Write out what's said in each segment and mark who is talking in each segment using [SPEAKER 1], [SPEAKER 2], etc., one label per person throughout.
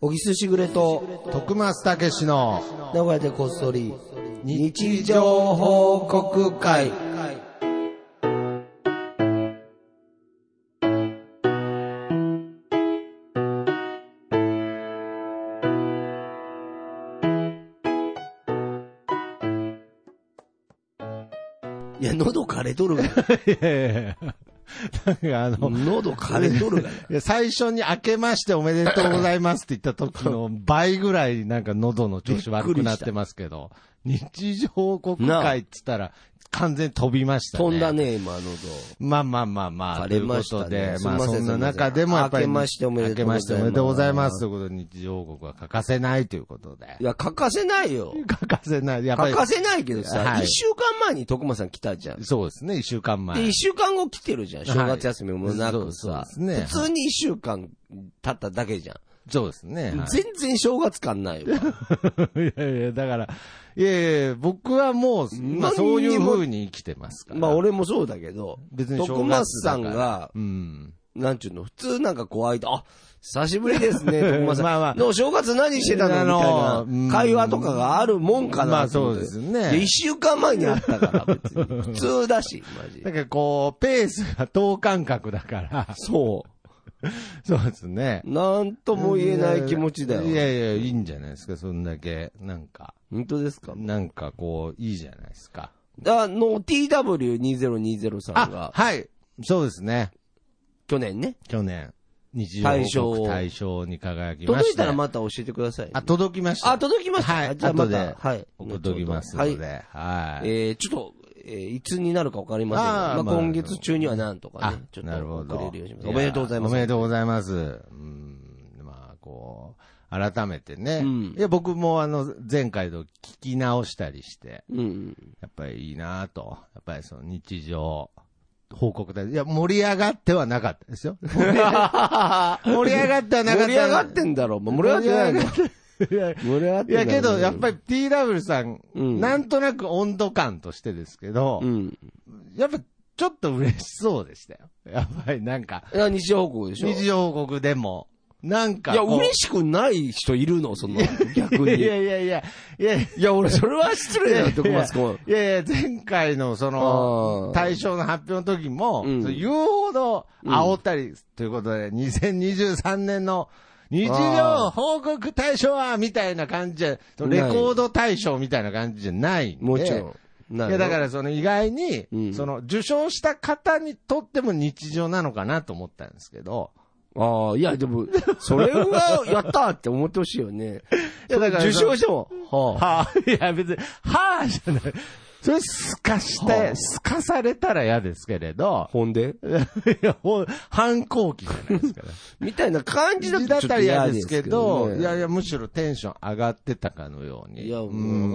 [SPEAKER 1] 小木すしぐれと、
[SPEAKER 2] 徳松たけしの
[SPEAKER 1] 名古屋でこっそり、日常報告会。いや、喉枯れとるが な。
[SPEAKER 2] いやいやいやなんかあの、
[SPEAKER 1] 喉枯れとるがな。
[SPEAKER 2] いや最初に明けましておめでとうございますって言った時の倍ぐらいなんか喉の調子悪くなってますけど、日常報告会っつったら完全に飛びましたね。
[SPEAKER 1] 飛んだね、今、喉。
[SPEAKER 2] まあまあまあまあ、
[SPEAKER 1] 晴れましたね
[SPEAKER 2] ということで、
[SPEAKER 1] すい
[SPEAKER 2] ま
[SPEAKER 1] ま
[SPEAKER 2] あ
[SPEAKER 1] せん
[SPEAKER 2] そんな中でもやっぱり、
[SPEAKER 1] 明けましておめでとうございます
[SPEAKER 2] 明けしておめでとうございますということで、日常報告は欠かせないということで
[SPEAKER 1] い。や、欠かせないよ。
[SPEAKER 2] 欠かせない。やっぱり
[SPEAKER 1] 欠、かせないけどさ、一、
[SPEAKER 2] はい
[SPEAKER 1] 週間前に徳間さん来たじゃん。
[SPEAKER 2] そうですね、一週間前。
[SPEAKER 1] で、一週間後来てるじゃん。正月休みもなくさ。
[SPEAKER 2] はいそうそうですね
[SPEAKER 1] 普通に一週間経っただけじゃん。
[SPEAKER 2] そうですね。はい
[SPEAKER 1] 全然正月感ないわ。
[SPEAKER 2] いやいや、だから、いやいや、僕はもう、ま
[SPEAKER 1] 何にも
[SPEAKER 2] あそういう風に生きてますか ら。
[SPEAKER 1] まあ、俺もそうだけど、
[SPEAKER 2] 別に
[SPEAKER 1] 徳
[SPEAKER 2] 正
[SPEAKER 1] 松
[SPEAKER 2] 月だ
[SPEAKER 1] さ
[SPEAKER 2] か
[SPEAKER 1] ん
[SPEAKER 2] ら
[SPEAKER 1] が、
[SPEAKER 2] うん。
[SPEAKER 1] なんちゅうの、普通なんか怖いと、あ、久しぶりです ね、徳間さん。
[SPEAKER 2] まあまあ
[SPEAKER 1] でも正月何してたの
[SPEAKER 2] あ
[SPEAKER 1] みたい
[SPEAKER 2] のうん
[SPEAKER 1] な会話とかがあるもんか
[SPEAKER 2] ま
[SPEAKER 1] な
[SPEAKER 2] あ
[SPEAKER 1] と思って。
[SPEAKER 2] そうですね
[SPEAKER 1] で、一週間前にあったから、別 に。普通だし、マジ
[SPEAKER 2] だ。からこう、ペースが等間隔だ から、
[SPEAKER 1] そう。
[SPEAKER 2] そうですね。
[SPEAKER 1] なんとも言えない気持ちだよ。
[SPEAKER 2] いやいや、いいんじゃないですか、そんだけ。なんか、
[SPEAKER 1] 本当ですか
[SPEAKER 2] なんかこう、いいじゃないですか。
[SPEAKER 1] あの、TW2020 さん
[SPEAKER 2] あ
[SPEAKER 1] が、、
[SPEAKER 2] はい。そうですね。
[SPEAKER 1] 去年ね、
[SPEAKER 2] 去年、日常報告大賞に輝きま
[SPEAKER 1] 届
[SPEAKER 2] し
[SPEAKER 1] いた
[SPEAKER 2] た
[SPEAKER 1] らまた教えてくださいね、
[SPEAKER 2] あ、届きました。
[SPEAKER 1] あ届きました
[SPEAKER 2] はい。
[SPEAKER 1] じゃあま
[SPEAKER 2] 後
[SPEAKER 1] た
[SPEAKER 2] で、
[SPEAKER 1] はい
[SPEAKER 2] 送っときますので、はい。
[SPEAKER 1] えー、ちょっと、えーいつになるかわかりませんが、
[SPEAKER 2] あー
[SPEAKER 1] まあ、
[SPEAKER 2] まあ
[SPEAKER 1] 今月中にはなんとかね、ちょっ
[SPEAKER 2] なるほ
[SPEAKER 1] と
[SPEAKER 2] ど
[SPEAKER 1] 送れるようにします。おめでとうございま
[SPEAKER 2] やおめ
[SPEAKER 1] す。
[SPEAKER 2] でとうございます。うん、まあ、こう、改めてね。
[SPEAKER 1] うん
[SPEAKER 2] いや、僕もあの、前回と聞き直したりして、
[SPEAKER 1] うん。
[SPEAKER 2] やっぱりいいなぁと。やっぱりその日常、報告だ。いや、盛り上がってはなかったで すよ。盛り上がってはなかっ
[SPEAKER 1] 盛
[SPEAKER 2] た。
[SPEAKER 1] り上がってんだろ、まあ、盛り上がっ てないの。
[SPEAKER 2] いやい
[SPEAKER 1] 盛り上がってない。
[SPEAKER 2] やけど、やっぱり TW さん、
[SPEAKER 1] うん
[SPEAKER 2] なんとなく温度感としてですけど、
[SPEAKER 1] うん。
[SPEAKER 2] やっぱちょっと嬉しそうでしたよ。 やっぱりなんか、
[SPEAKER 1] いや日常報告でしょ。
[SPEAKER 2] 日常報告でも、なんか
[SPEAKER 1] いや、
[SPEAKER 2] こう。
[SPEAKER 1] 嬉しくない人いるの、そんな、逆に。
[SPEAKER 2] い
[SPEAKER 1] い
[SPEAKER 2] やいやいや、いやいや
[SPEAKER 1] や、俺、それは失礼だよ、徳松君。
[SPEAKER 2] いやいや、前回のそ
[SPEAKER 1] あ
[SPEAKER 2] の
[SPEAKER 1] ー、
[SPEAKER 2] 対象の発表の時も、
[SPEAKER 1] うん
[SPEAKER 2] そう言うほど煽ったり、ということで、2023年の日常報告大賞は、みたいな感じじゃ、そのレコード大賞みたいな感じじゃないんで。
[SPEAKER 1] もちろん。ないるよ
[SPEAKER 2] や、だからその意外に、
[SPEAKER 1] うん
[SPEAKER 2] その受賞した方にとっても日常なのかなと思ったんですけど、
[SPEAKER 1] ああ、いや、でも、それは、やったーって思ってほしいよね。
[SPEAKER 2] いやだから
[SPEAKER 1] 受賞しても、はあ、
[SPEAKER 2] はあ、いや別に、はあじゃない。それ、すかして、
[SPEAKER 1] はあ
[SPEAKER 2] すかされたら嫌ですけれど、
[SPEAKER 1] ほんで
[SPEAKER 2] いや、もう、反抗期じゃないで すから。
[SPEAKER 1] みたいな感じだ
[SPEAKER 2] 感
[SPEAKER 1] とちょ
[SPEAKER 2] じだっ
[SPEAKER 1] っと
[SPEAKER 2] たら嫌
[SPEAKER 1] 嫌
[SPEAKER 2] で
[SPEAKER 1] ですす
[SPEAKER 2] け
[SPEAKER 1] けど、
[SPEAKER 2] ど、いやい
[SPEAKER 1] ね。
[SPEAKER 2] や、むしろテンション上がってたかのように。
[SPEAKER 1] いや、も
[SPEAKER 2] ん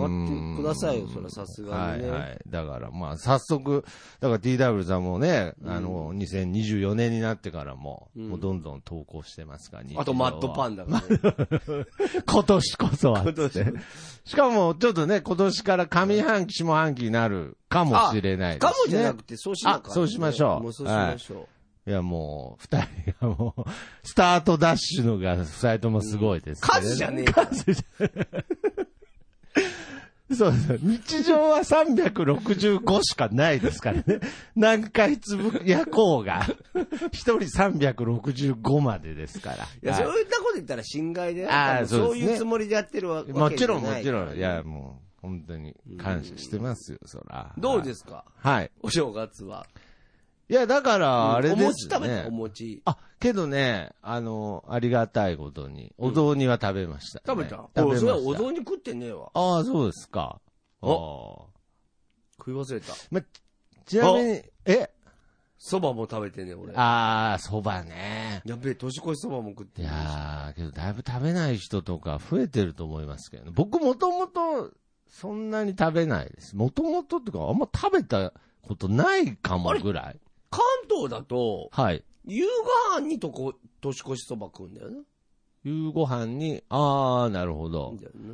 [SPEAKER 1] う上がってくださいよ、それはさすが
[SPEAKER 2] はい
[SPEAKER 1] にね。
[SPEAKER 2] はい。だから、まあ、早速、だから DW さんもね、あの、2024年になってからも、もうどんどん投稿してますから、
[SPEAKER 1] あと、マッドパ
[SPEAKER 2] ン。
[SPEAKER 1] ンダ がね。
[SPEAKER 2] 今年こそは。
[SPEAKER 1] 今年
[SPEAKER 2] しかも、ちょっとね、今年から上半期、下半期になるかもしれないです、
[SPEAKER 1] か
[SPEAKER 2] ね。
[SPEAKER 1] もじゃなくて、そうしなかった
[SPEAKER 2] あそうしましょう
[SPEAKER 1] もうそうしましょ
[SPEAKER 2] いや、もう、二人がもう、スタートダッシュのが、二人ともすごいです、
[SPEAKER 1] う。数じゃねえか。
[SPEAKER 2] そうそう。日常は365しかないですからね。何回つぶやこうが、一人365までですから。
[SPEAKER 1] いや、
[SPEAKER 2] はい
[SPEAKER 1] そういったこと言ったら侵害で、
[SPEAKER 2] あー
[SPEAKER 1] 多分
[SPEAKER 2] そ
[SPEAKER 1] そうう
[SPEAKER 2] ですね
[SPEAKER 1] いうつもりでやってるわけじゃない
[SPEAKER 2] もちろん、もちろん。い
[SPEAKER 1] や。
[SPEAKER 2] や、もう、本当に感謝してますよ、そら。
[SPEAKER 1] どうですすか
[SPEAKER 2] はい。
[SPEAKER 1] お正月は。
[SPEAKER 2] いや、だから、あれ
[SPEAKER 1] お
[SPEAKER 2] で
[SPEAKER 1] 餅
[SPEAKER 2] す
[SPEAKER 1] 食べた
[SPEAKER 2] ね
[SPEAKER 1] お。餅。
[SPEAKER 2] あ、けどね、あの、ありがたいことに、お雑煮は食べました、ね
[SPEAKER 1] 食べた
[SPEAKER 2] 食べま
[SPEAKER 1] お
[SPEAKER 2] し
[SPEAKER 1] それ
[SPEAKER 2] た。
[SPEAKER 1] はお雑煮食ってねえわ。
[SPEAKER 2] ああ、そうですか。ああ。
[SPEAKER 1] 食い忘れた。
[SPEAKER 2] ま、ちなみに、え
[SPEAKER 1] そばも食べてねえ、俺。
[SPEAKER 2] ああ、そばね。
[SPEAKER 1] やっべえ、年越しそばも食っ
[SPEAKER 2] い
[SPEAKER 1] てる
[SPEAKER 2] やー、けどだいぶ食べない人とか増えてると思いますけどね。僕もともとそんなに食べないです。もともとっていうかあんま食べたことないかもぐらい。
[SPEAKER 1] 関東だと、
[SPEAKER 2] はい。
[SPEAKER 1] 夕ご飯にとこ、年越しそば食うんだよな。
[SPEAKER 2] 夕ご飯に、あー、なるほど。
[SPEAKER 1] だよな。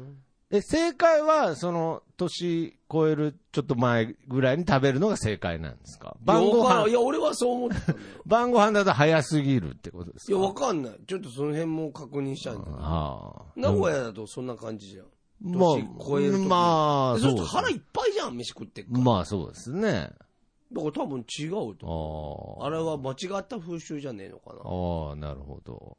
[SPEAKER 2] え、正解は、その、年超えるちょっと前ぐらいに食べるのが正解なんですか晩ご
[SPEAKER 1] いやわからんい
[SPEAKER 2] 飯、
[SPEAKER 1] や、俺はそう思ってたんだよ。
[SPEAKER 2] 晩ご飯だと早すぎるってことです
[SPEAKER 1] いや、
[SPEAKER 2] か
[SPEAKER 1] わかんない。ちょっとその辺も確認したいんだけど。
[SPEAKER 2] ああ。
[SPEAKER 1] 名古屋だとそんな感じじゃん。
[SPEAKER 2] まあ
[SPEAKER 1] 年超えると
[SPEAKER 2] まあ、
[SPEAKER 1] でそうする
[SPEAKER 2] で
[SPEAKER 1] と
[SPEAKER 2] す
[SPEAKER 1] 腹いっぱいじゃん、飯食ってっから。
[SPEAKER 2] まあそうですね。
[SPEAKER 1] だから多分違うと
[SPEAKER 2] あ
[SPEAKER 1] 思う。
[SPEAKER 2] あ。
[SPEAKER 1] あれは間違った風習じゃねえのかな。
[SPEAKER 2] ああ、なるほど。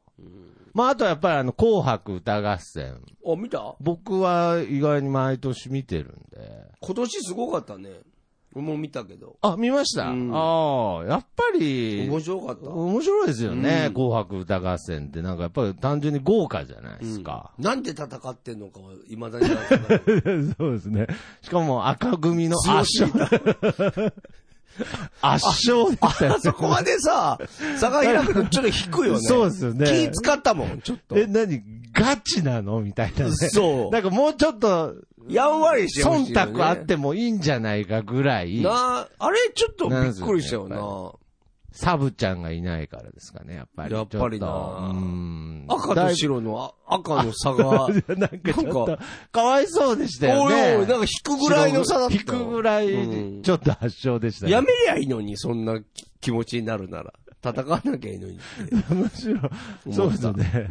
[SPEAKER 2] まああとはやっぱりあの、紅白歌合戦。
[SPEAKER 1] あ、見た
[SPEAKER 2] 僕は意外に毎年見てるんで。
[SPEAKER 1] 今年すごかったね。俺も見たけど。
[SPEAKER 2] あ、見ました、
[SPEAKER 1] うん
[SPEAKER 2] ああ、やっぱり。
[SPEAKER 1] 面白かった。
[SPEAKER 2] 面白いですよね、
[SPEAKER 1] うん
[SPEAKER 2] 紅白歌合戦って、なんかやっぱり単純に豪華じゃないですか。
[SPEAKER 1] なんで戦ってんのかは、いまだにわからない。
[SPEAKER 2] そうですね。しかも赤組の
[SPEAKER 1] 強す
[SPEAKER 2] 圧
[SPEAKER 1] ぎ
[SPEAKER 2] 勝。 圧勝でしたよ
[SPEAKER 1] あそこまでさ、差が開くのちょっと低いよね。
[SPEAKER 2] そうですよね
[SPEAKER 1] 気使ったもん、ちょっと。
[SPEAKER 2] え、なに、ガチなのみたいなね。
[SPEAKER 1] そう
[SPEAKER 2] なんかもうちょっと、
[SPEAKER 1] やんわりしてほしい
[SPEAKER 2] 忖
[SPEAKER 1] よね
[SPEAKER 2] 度あってもいいんじゃないかぐらい、
[SPEAKER 1] なあ、あれちょっとびっくりしたよな。
[SPEAKER 2] サブちゃんがいないからですかね、やっぱり。
[SPEAKER 1] やっぱりな
[SPEAKER 2] ちょっとうん。
[SPEAKER 1] 赤
[SPEAKER 2] だ
[SPEAKER 1] と
[SPEAKER 2] いぶ
[SPEAKER 1] 白のあ赤の差が、おい
[SPEAKER 2] なんかちょっ
[SPEAKER 1] なん
[SPEAKER 2] と、かわいそうでしたよね。
[SPEAKER 1] おい、なんか引くぐらいの差だったよ
[SPEAKER 2] 引くぐらい、
[SPEAKER 1] うん
[SPEAKER 2] ちょっと発症でしたね。
[SPEAKER 1] やめりゃいいのに、そんな気気持ちになるなら。戦わなきゃいいのにって。
[SPEAKER 2] むしろ、 そうですね。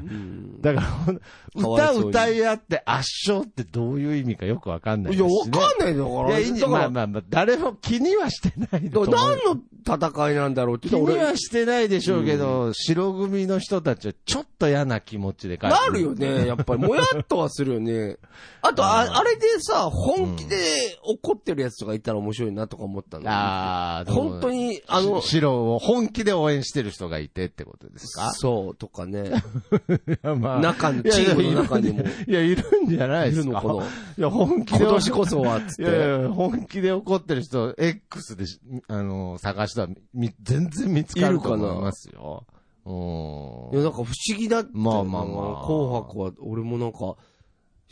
[SPEAKER 2] だからほん、
[SPEAKER 1] かわ
[SPEAKER 2] 歌
[SPEAKER 1] いそうに
[SPEAKER 2] 歌い合って圧勝ってどういう意味かよくわかんない
[SPEAKER 1] い
[SPEAKER 2] で
[SPEAKER 1] や、
[SPEAKER 2] す
[SPEAKER 1] わ
[SPEAKER 2] し、ね。
[SPEAKER 1] かんないだから。
[SPEAKER 2] いやいいんじ
[SPEAKER 1] だ
[SPEAKER 2] ゃ
[SPEAKER 1] か
[SPEAKER 2] まあ
[SPEAKER 1] ら、
[SPEAKER 2] まあまあ、誰も気にはしてないと
[SPEAKER 1] だ
[SPEAKER 2] 思
[SPEAKER 1] か
[SPEAKER 2] う。
[SPEAKER 1] ら何の戦いなんだろうって
[SPEAKER 2] 気
[SPEAKER 1] 言った
[SPEAKER 2] に
[SPEAKER 1] ら俺
[SPEAKER 2] はしてないでしょうけど、白組の人たちはちょっと嫌な気持ちで帰って
[SPEAKER 1] なるよね、やっぱり。もやっとはするよ ね。あと、ああれでさ、本気で怒ってるやつとかいたら面白いなとか思ったの。
[SPEAKER 2] ああ、
[SPEAKER 1] 本当
[SPEAKER 2] に、
[SPEAKER 1] に、あの、
[SPEAKER 2] 白を本気で応援してる人がいてってことです か
[SPEAKER 1] そう、とか ね。
[SPEAKER 2] いやま
[SPEAKER 1] 中にチームの中にも
[SPEAKER 2] いや、いるんじゃないですか。
[SPEAKER 1] いるの かない
[SPEAKER 2] や、本気
[SPEAKER 1] 今
[SPEAKER 2] で。
[SPEAKER 1] 年こそは、つっ
[SPEAKER 2] い
[SPEAKER 1] て。
[SPEAKER 2] やいや、本気で怒ってる人、X でし、あの、探したら、み全然見つかると思いますよ。
[SPEAKER 1] いうや、
[SPEAKER 2] ん。
[SPEAKER 1] なんか不思議だって。
[SPEAKER 2] まあまあまあ
[SPEAKER 1] 紅白は、俺もなんか、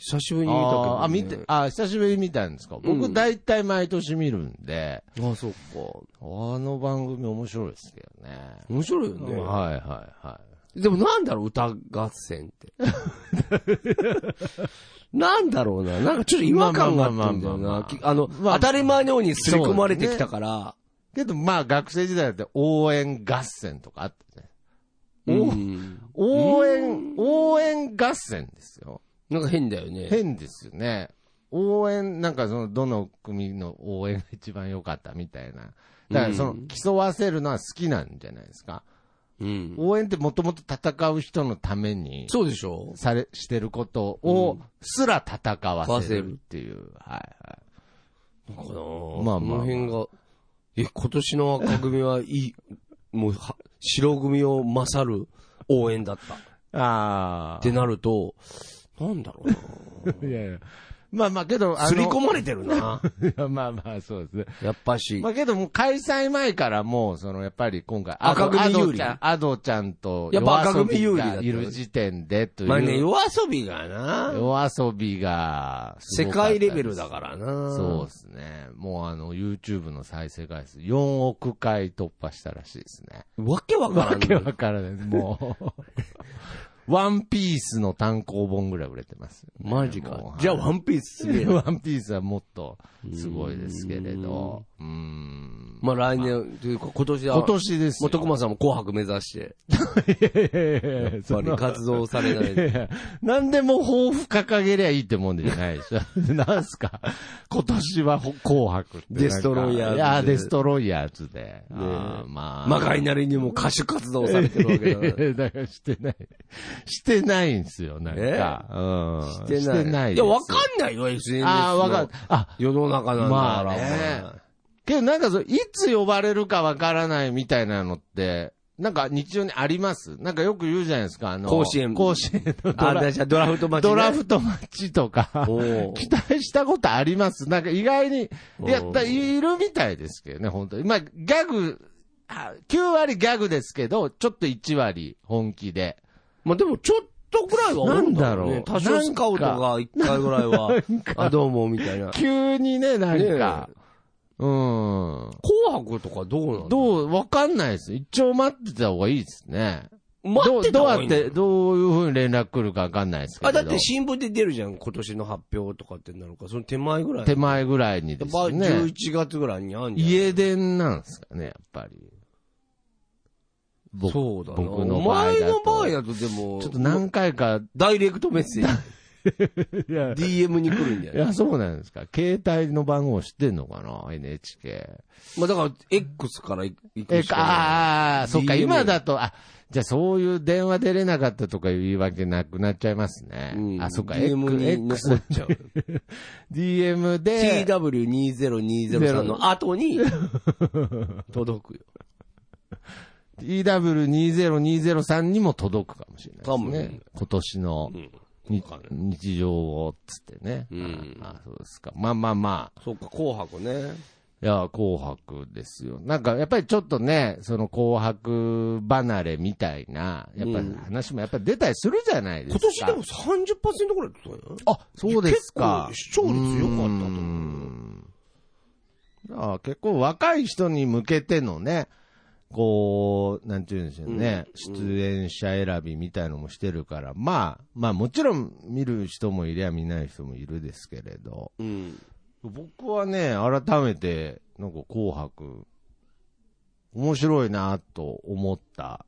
[SPEAKER 1] 久しぶりに見たけど、ね。
[SPEAKER 2] あーあ、見て、あー、久しぶりに見たんですか。
[SPEAKER 1] う
[SPEAKER 2] 僕、
[SPEAKER 1] ん
[SPEAKER 2] 大体毎年見るんで、
[SPEAKER 1] あ、そっか。
[SPEAKER 2] あの番組面白いですけどね。
[SPEAKER 1] 面白いよね。
[SPEAKER 2] はいはいはい。
[SPEAKER 1] でもなんだろう、歌合戦って。なんだろうな。なんかちょっと違和感があったんだよ
[SPEAKER 2] まあまあまあまあまあ
[SPEAKER 1] な。きあの、
[SPEAKER 2] まあ
[SPEAKER 1] 当たり前のように刷り込まれてきたから。
[SPEAKER 2] けど、まあ、学生時代だって応援合戦とかあったね。
[SPEAKER 1] うん
[SPEAKER 2] 応援、応援合戦ですよ。
[SPEAKER 1] なんか変だよね。
[SPEAKER 2] 変ですよね。応援、なんかその、どの組の応援が一番良かったみたいな。だからその
[SPEAKER 1] うん、
[SPEAKER 2] 競わせるのは好きなんじゃないですか。
[SPEAKER 1] うん
[SPEAKER 2] 応援ってもともと戦う人のために、
[SPEAKER 1] そうでしょ
[SPEAKER 2] され、してることを、すら戦わせるっていう。はい
[SPEAKER 1] かなまあま
[SPEAKER 2] まあまあ
[SPEAKER 1] あ。この辺が、え、今年の赤組はいい、もうは、白組を勝る応援だった。っ
[SPEAKER 2] はい。あ
[SPEAKER 1] てなると、なんだろうな。
[SPEAKER 2] あ。いやいや。まあまあけど、
[SPEAKER 1] 刷り込
[SPEAKER 2] む
[SPEAKER 1] まれてるな。
[SPEAKER 2] まあ まあ、そうですね。
[SPEAKER 1] やっぱし
[SPEAKER 2] ま。あけどもう開催前からもう、そのやっぱり今回、
[SPEAKER 1] 赤組
[SPEAKER 2] アド
[SPEAKER 1] 有利
[SPEAKER 2] アドちゃん、アドちゃんと、
[SPEAKER 1] やっぱ赤組有利だった
[SPEAKER 2] がいる時点でという。
[SPEAKER 1] まあね、夜遊びがな。
[SPEAKER 2] 夜遊びが、
[SPEAKER 1] 世界レベルだからな。
[SPEAKER 2] そうですね。もうあの、YouTube の再生回数4億回突破したらしいですね。
[SPEAKER 1] う。わけわから
[SPEAKER 2] わ
[SPEAKER 1] ん
[SPEAKER 2] け
[SPEAKER 1] の。
[SPEAKER 2] わからない。もう。ワンピースの単行本ぐらい売れてます、
[SPEAKER 1] マジ
[SPEAKER 2] も
[SPEAKER 1] か。
[SPEAKER 2] う
[SPEAKER 1] じゃあワンピースすげえな。
[SPEAKER 2] ワンピースはもっとすごいですけれど。うーん。
[SPEAKER 1] まあ来年、というか今年は。
[SPEAKER 2] 今年です
[SPEAKER 1] も
[SPEAKER 2] よ
[SPEAKER 1] う。徳間さんも紅白目指して、やっ
[SPEAKER 2] やっ
[SPEAKER 1] ぱり活動され ない。
[SPEAKER 2] いやなんでも抱負掲げりゃいいってもんじゃないでし ょ。なんすか今年はほ紅白ってなんか
[SPEAKER 1] デストロイヤーズで
[SPEAKER 2] いや、デストロイヤーズで。あーまあ。
[SPEAKER 1] まかいなりにも歌手活動されてるわけだから。
[SPEAKER 2] いや だからしてない。してないんすよ、なんか。
[SPEAKER 1] え
[SPEAKER 2] うん。し
[SPEAKER 1] して
[SPEAKER 2] てない
[SPEAKER 1] い
[SPEAKER 2] で
[SPEAKER 1] や、
[SPEAKER 2] す。
[SPEAKER 1] わかんないよ、SNS の。
[SPEAKER 2] ああ、わかる。あ、
[SPEAKER 1] 世の中なんだから。
[SPEAKER 2] まあね
[SPEAKER 1] お前
[SPEAKER 2] けどなんかそう、いつ呼ばれるかわからないみたいなのって、なんか日常にありますなんかよく言うじゃないですか、あの。
[SPEAKER 1] 甲子園
[SPEAKER 2] 甲子園のド
[SPEAKER 1] あ、
[SPEAKER 2] ラ
[SPEAKER 1] だじゃあドラフト待ちね
[SPEAKER 2] ドラフトマッチとか
[SPEAKER 1] おー、
[SPEAKER 2] 期待したことありますなんか意外に、
[SPEAKER 1] おー
[SPEAKER 2] やった、いるみたいですけどね、本当に。まあ、ギャグ、あ9割ギャグですけど、ちょっと1割本気で。
[SPEAKER 1] まあでもちょっとぐらいはおるね
[SPEAKER 2] なんだろう
[SPEAKER 1] 多少スカウトが一回ぐらい は、あ、どうも、みたいな。
[SPEAKER 2] 急にね、なんか、うん。
[SPEAKER 1] 紅白とかどうなの
[SPEAKER 2] どう、わかんないです。一応待ってた方がいいですね。
[SPEAKER 1] 待
[SPEAKER 2] ど
[SPEAKER 1] っ
[SPEAKER 2] う、
[SPEAKER 1] てた
[SPEAKER 2] どう
[SPEAKER 1] 方
[SPEAKER 2] や
[SPEAKER 1] がい
[SPEAKER 2] っ
[SPEAKER 1] い
[SPEAKER 2] て、
[SPEAKER 1] の
[SPEAKER 2] どういうふうに連絡来るかわかんないですけ
[SPEAKER 1] あ、
[SPEAKER 2] れど。
[SPEAKER 1] だって新聞で出るじゃん、今年の発表とかってなるから、その手前ぐらい。
[SPEAKER 2] 手前ぐらいに
[SPEAKER 1] や
[SPEAKER 2] で
[SPEAKER 1] っ
[SPEAKER 2] す
[SPEAKER 1] ぱ
[SPEAKER 2] よね。
[SPEAKER 1] 11月ぐらいにあんじゃん。
[SPEAKER 2] 家電なんですかね、やっぱり。僕
[SPEAKER 1] そうだな。
[SPEAKER 2] 僕の
[SPEAKER 1] お
[SPEAKER 2] 場合だ
[SPEAKER 1] 前の
[SPEAKER 2] と。
[SPEAKER 1] 場合だとでも、
[SPEAKER 2] ちょっと何回か、
[SPEAKER 1] ダイレクトメッセー
[SPEAKER 2] いや、
[SPEAKER 1] ジ、DM に来るんじゃ
[SPEAKER 2] い
[SPEAKER 1] ない
[SPEAKER 2] やそうなんですか。携帯の番号知ってんのかな ?NHK。
[SPEAKER 1] まあだから、X から行
[SPEAKER 2] え
[SPEAKER 1] くし
[SPEAKER 2] か、
[SPEAKER 1] か
[SPEAKER 2] ああ、そっか、
[SPEAKER 1] DM
[SPEAKER 2] 今だと、あ、じゃあそういう電話出れなかったとかいう言い訳なくなっちゃいます
[SPEAKER 1] な
[SPEAKER 2] ね。
[SPEAKER 1] い。ん
[SPEAKER 2] あ、そっか、
[SPEAKER 1] DM に
[SPEAKER 2] X
[SPEAKER 1] 残っちゃう。
[SPEAKER 2] DM で、
[SPEAKER 1] TW2020 の後 に、届くよ。
[SPEAKER 2] EW20203 にも届くかもしれないで
[SPEAKER 1] か
[SPEAKER 2] す
[SPEAKER 1] も
[SPEAKER 2] ね
[SPEAKER 1] ね。
[SPEAKER 2] 今年のに日常を、つってね。
[SPEAKER 1] ん
[SPEAKER 2] あそうですか。まあまあまあ。
[SPEAKER 1] そっか、紅白ね。
[SPEAKER 2] いや、紅白ですよ。なんか、やっぱりちょっとね、その紅白離れみたいな、やっぱり話もやっぱり出たりするじゃないで
[SPEAKER 1] 今
[SPEAKER 2] すか。
[SPEAKER 1] 年でも30%ぐらい取ったんや。
[SPEAKER 2] あ、そうですか。
[SPEAKER 1] 結構視聴率良かったと思う。
[SPEAKER 2] あ結構若い人に向けてのね、こう、なんて言うんでしょうね、出演者選びみたいのもしてるから、まあ、まあもちろん見る人もいりゃ見ない人もいるですけれど、
[SPEAKER 1] うん。
[SPEAKER 2] 僕はね、改めて、なんか紅白、面白いなと思った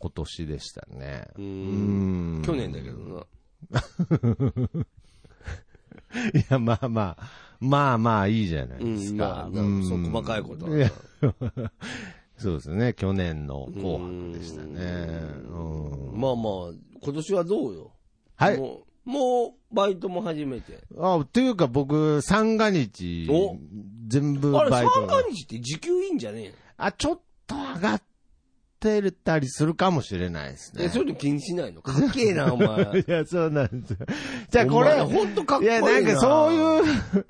[SPEAKER 2] 今年でしたね。
[SPEAKER 1] う
[SPEAKER 2] うん
[SPEAKER 1] ん。去年だけどな。
[SPEAKER 2] いや、まあまあ、まあまあいいじゃないです
[SPEAKER 1] うん。ま
[SPEAKER 2] か。
[SPEAKER 1] あ、
[SPEAKER 2] うん
[SPEAKER 1] そう、細かいことは。
[SPEAKER 2] いやそうですね、去年の紅白でしたね。うん
[SPEAKER 1] まあまあ、今年はどうよ。
[SPEAKER 2] はい。
[SPEAKER 1] もう、もうバイトも始めて。
[SPEAKER 2] あ、というか僕、三が日
[SPEAKER 1] お、
[SPEAKER 2] 全部
[SPEAKER 1] あれ、
[SPEAKER 2] バイ
[SPEAKER 1] 三
[SPEAKER 2] ト
[SPEAKER 1] が日って時給いいんじゃね
[SPEAKER 2] あ、ちょっと上がってたりするかもしれないです
[SPEAKER 1] えのえ、
[SPEAKER 2] ね。
[SPEAKER 1] そういうの気にしないのかっけえ な、お前。
[SPEAKER 2] いや、そうなんですよ。じゃあ
[SPEAKER 1] お
[SPEAKER 2] これ
[SPEAKER 1] 前、ほんとかっ
[SPEAKER 2] い
[SPEAKER 1] こいいな。
[SPEAKER 2] や、なんかそう
[SPEAKER 1] う、
[SPEAKER 2] いう、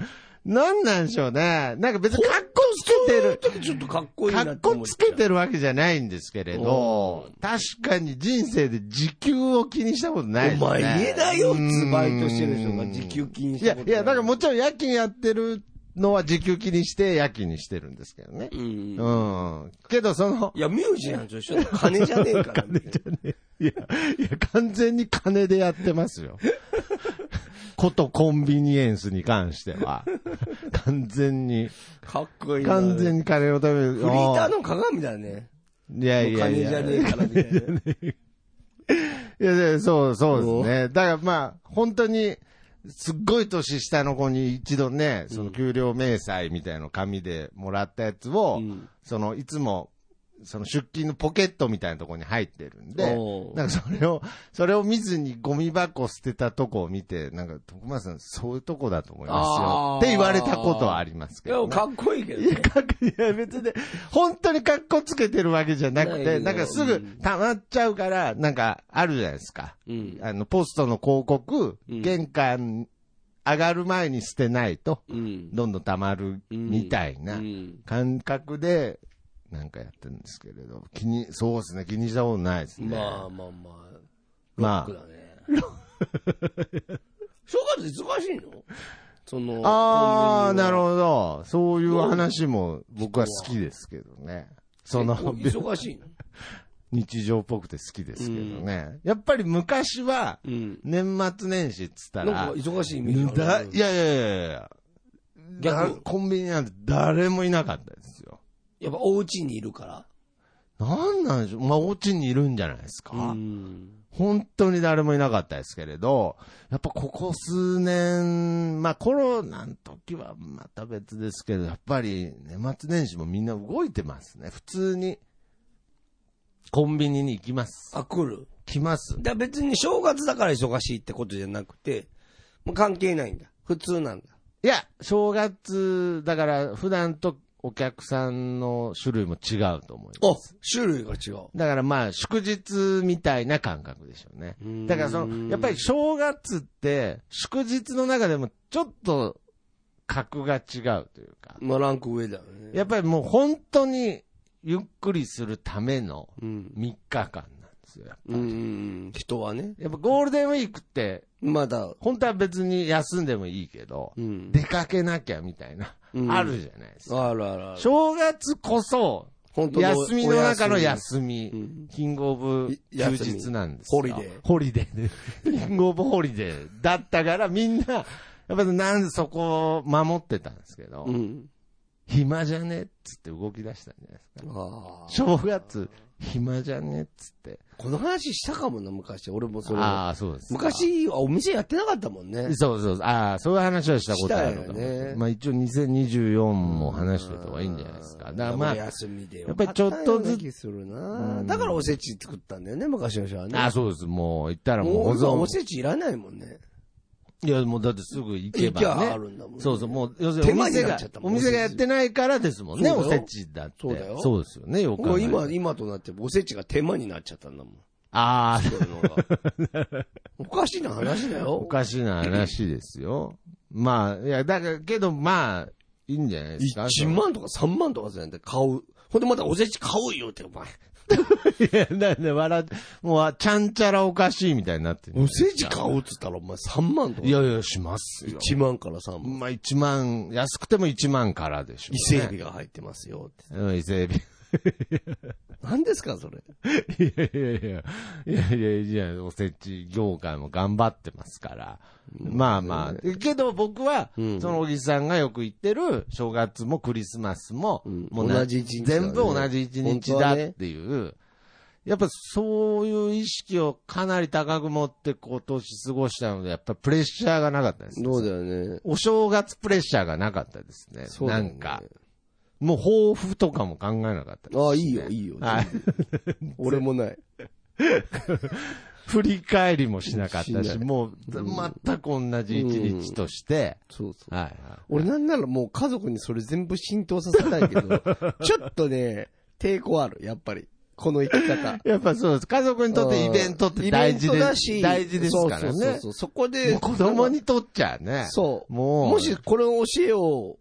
[SPEAKER 2] なんなんでしょうね。なんか別にかっこつけてる。
[SPEAKER 1] ちょっとかっこいいな
[SPEAKER 2] か
[SPEAKER 1] て
[SPEAKER 2] っ
[SPEAKER 1] 思
[SPEAKER 2] こ
[SPEAKER 1] っちゃう
[SPEAKER 2] つけてるわけじゃないんですけれど
[SPEAKER 1] お、
[SPEAKER 2] 確かに人生で時給を気にしたことないですね。
[SPEAKER 1] お前言えないよ、普通バイトしてる人
[SPEAKER 2] う
[SPEAKER 1] が
[SPEAKER 2] ん
[SPEAKER 1] 時給気にし
[SPEAKER 2] い
[SPEAKER 1] た
[SPEAKER 2] や、
[SPEAKER 1] こと
[SPEAKER 2] いや、だからもちろん夜勤やってるのは時給気にして夜勤にしてるんですけどね。
[SPEAKER 1] うん。
[SPEAKER 2] う
[SPEAKER 1] い
[SPEAKER 2] ん。けどその、
[SPEAKER 1] や、ミュージアムと一緒だよ金じゃねえから。 金じゃね
[SPEAKER 2] いや、いや、完全に金でやってます よ。ことコンビニエンスに関しては。完全に、
[SPEAKER 1] え。かっこいいな。
[SPEAKER 2] 完全に金を食べる。
[SPEAKER 1] フリーターの鏡だね。
[SPEAKER 2] いやい やいや。
[SPEAKER 1] もう金じゃねえからみたいな。
[SPEAKER 2] いやいや、そう、そうですね。だからまあ、本当に、すっごい年下の子に一度ね、その給料明細みたいな紙でもらったやつを、
[SPEAKER 1] うん
[SPEAKER 2] そのいつも、その出勤のポケットみたいなところに入ってるんで
[SPEAKER 1] お、う
[SPEAKER 2] なんかそれを、それを見ずにゴミ箱捨てたとこを見て、なんか徳松さんそういうとこだと思います
[SPEAKER 1] あ
[SPEAKER 2] よ
[SPEAKER 1] ー
[SPEAKER 2] って言われたことはありますけ
[SPEAKER 1] いや
[SPEAKER 2] ど、、ね。
[SPEAKER 1] かっこいいけど
[SPEAKER 2] いや、
[SPEAKER 1] ね。
[SPEAKER 2] かっこいや、別に、本当に格好つけてるわけじゃなく
[SPEAKER 1] ない
[SPEAKER 2] て、
[SPEAKER 1] よ
[SPEAKER 2] なんかすぐ溜まっちゃうから、なんかあるじゃないですか。
[SPEAKER 1] うん。
[SPEAKER 2] あの、ポストの広告、
[SPEAKER 1] うん
[SPEAKER 2] 玄関上がる前に捨てないと、
[SPEAKER 1] うん。。
[SPEAKER 2] どんどん溜まるみたいうなん感覚で、なんかやってるんですけれど、気に、そうですね、気にしたことないですね。
[SPEAKER 1] まあまあまあ。
[SPEAKER 2] ま
[SPEAKER 1] ロックだね。 正月忙しいのその、
[SPEAKER 2] ああ、なる
[SPEAKER 1] ほ
[SPEAKER 2] ほど。そういう話も僕は好きですけどね。その、
[SPEAKER 1] 忙しいの
[SPEAKER 2] 日常っぽくて好きですけどね。やっぱり昔は、
[SPEAKER 1] うん。
[SPEAKER 2] 年末年始っつった、
[SPEAKER 1] なんから忙しいイメージあ
[SPEAKER 2] だ
[SPEAKER 1] る
[SPEAKER 2] いやいやいやいやだ
[SPEAKER 1] 逆
[SPEAKER 2] コンビニなんて誰もいなかったですよ。
[SPEAKER 1] やっぱお家にいるから。
[SPEAKER 2] なんなんでしょうまあ、お家にいるんじゃないですか。
[SPEAKER 1] うん
[SPEAKER 2] 本当に誰もいなかったですけれど、やっぱここ数年、まあコロナの時はまた別ですけど、やっぱり年末年始もみんな動いてますね。普通に、コンビニに行きます。
[SPEAKER 1] あ、来る。
[SPEAKER 2] 来ます。
[SPEAKER 1] だから別に正月だから忙しいってことじゃなくて、もう関係ないんだ。普通なんだ。
[SPEAKER 2] いや、正月、だから普段とお客さんの種類も違うと思いま
[SPEAKER 1] お
[SPEAKER 2] す。
[SPEAKER 1] 種類が違う。
[SPEAKER 2] だからまあ、祝日みたいな感覚でしょうね。
[SPEAKER 1] ん
[SPEAKER 2] だからその、やっぱり正月って、祝日の中でもちょっと格が違うというか、
[SPEAKER 1] まあランク上だよね。
[SPEAKER 2] やっぱりもう本当にゆっくりするための
[SPEAKER 1] うん。
[SPEAKER 2] 3日間なんですよ。
[SPEAKER 1] うんうんうん。人はね。
[SPEAKER 2] やっぱゴールデンウィークって、
[SPEAKER 1] まだ、
[SPEAKER 2] 本当は別に休んでもいいけど、
[SPEAKER 1] うん。
[SPEAKER 2] 出かけなきゃみたいな、
[SPEAKER 1] うん
[SPEAKER 2] あるじゃないですか。
[SPEAKER 1] あるあるある。
[SPEAKER 2] 正月こそ、
[SPEAKER 1] 本当
[SPEAKER 2] 休みの中の休み。
[SPEAKER 1] うん
[SPEAKER 2] キングオブ休日なんですよ。
[SPEAKER 1] 休みホリデー
[SPEAKER 2] ホリデーで。キングオブホリデーだったからみんな、やっぱりなんそこを守ってたんですけど、
[SPEAKER 1] うん。
[SPEAKER 2] 暇じゃねっつって動き出したんじゃないですか。
[SPEAKER 1] ああ。
[SPEAKER 2] 正月、暇じゃねっつって。
[SPEAKER 1] この話したかもな、昔。俺もその、
[SPEAKER 2] ああ、そうです。
[SPEAKER 1] 昔はお店やってなかったもんね。
[SPEAKER 2] そうそうそう。ああ、そういう話はしたことあるのかも
[SPEAKER 1] したよね
[SPEAKER 2] まあ一応2024も話しておいた方がいいんじゃないですか。だからまあ、
[SPEAKER 1] 休みで。
[SPEAKER 2] やっぱりちょっとずつ
[SPEAKER 1] つ。するなだからおせち作ったんだよね、昔の人はね。
[SPEAKER 2] ああ、そうです。もう言ったらもう
[SPEAKER 1] もう今
[SPEAKER 2] 保
[SPEAKER 1] お
[SPEAKER 2] 存。
[SPEAKER 1] せちいらないもんね。
[SPEAKER 2] いや、もうだってすぐ行け
[SPEAKER 1] 行
[SPEAKER 2] ば
[SPEAKER 1] きゃ
[SPEAKER 2] ね。
[SPEAKER 1] あるんだもんね。
[SPEAKER 2] そうそう、もう、要するに
[SPEAKER 1] 手
[SPEAKER 2] お
[SPEAKER 1] 間
[SPEAKER 2] 店
[SPEAKER 1] にな
[SPEAKER 2] が
[SPEAKER 1] っちゃった、も
[SPEAKER 2] お
[SPEAKER 1] ん
[SPEAKER 2] 店がやってないからですもんね、
[SPEAKER 1] そう
[SPEAKER 2] お
[SPEAKER 1] だよ
[SPEAKER 2] せちだって。
[SPEAKER 1] そうだよ
[SPEAKER 2] そうですよね、よく
[SPEAKER 1] も
[SPEAKER 2] 考
[SPEAKER 1] う
[SPEAKER 2] えたら
[SPEAKER 1] 今、今となっておせちが手間になっちゃったんだもん。
[SPEAKER 2] ああ、
[SPEAKER 1] そういうのが。 おかしな話だ
[SPEAKER 2] お
[SPEAKER 1] よ。
[SPEAKER 2] かしな話ですよ。まあ、いや、だから、けど、まあ、いいんじゃないですか。
[SPEAKER 1] 1万とか3万とかさ、買う。ほんでまたおせち買うよって、お前。
[SPEAKER 2] いや、なんで笑って、もう、ちゃんちゃらおかしいみたいになってる
[SPEAKER 1] おせち買うっつったら、お前3万とか。
[SPEAKER 2] いやいや、しますよ。
[SPEAKER 1] 1万から3万。
[SPEAKER 2] まあ、1万、安くても1万からでしょう、ね。
[SPEAKER 1] 伊勢海老が入ってますよって。
[SPEAKER 2] うん。伊勢海
[SPEAKER 1] 何ですか、それ。
[SPEAKER 2] 老。いやいやいや、いやいやいやいや、おせち業界も頑張ってますから。まあまあ。けど僕は、
[SPEAKER 1] うん
[SPEAKER 2] その小木さんがよく言ってる、正月もクリスマスも、
[SPEAKER 1] うん
[SPEAKER 2] もうな
[SPEAKER 1] 同じ一日だね
[SPEAKER 2] 全部同じ一日だっていう、やっぱそういう意識をかなり高く持って今年過ごしたので、やっぱプレッシャーがなかったですね。
[SPEAKER 1] そうだよね。
[SPEAKER 2] お正月プレッシャーがなかったですね。
[SPEAKER 1] そうだよ
[SPEAKER 2] な
[SPEAKER 1] ね
[SPEAKER 2] んか。もう抱負とかも考えなかったです、ね。
[SPEAKER 1] ああ、いいよ、いいよ。
[SPEAKER 2] はい。
[SPEAKER 1] 俺もない。
[SPEAKER 2] 振り返りもしなかった
[SPEAKER 1] しな
[SPEAKER 2] し、
[SPEAKER 1] い
[SPEAKER 2] もう全く同じ一日として、
[SPEAKER 1] そうそう。
[SPEAKER 2] はいはい。
[SPEAKER 1] 俺なんならもう家族にそれ全部浸透させたいけ ど、ちょっとね、抵抗ある、やっぱり。この生き方。
[SPEAKER 2] やっぱそうです。家族にとってイベントって大事
[SPEAKER 1] イベン
[SPEAKER 2] で
[SPEAKER 1] ト
[SPEAKER 2] す
[SPEAKER 1] だし
[SPEAKER 2] 大事ですからね。
[SPEAKER 1] そうそうそうそう。そこ
[SPEAKER 2] も
[SPEAKER 1] で、
[SPEAKER 2] う子供にとっちゃね。
[SPEAKER 1] そう。
[SPEAKER 2] もう。
[SPEAKER 1] もしこれを教えを、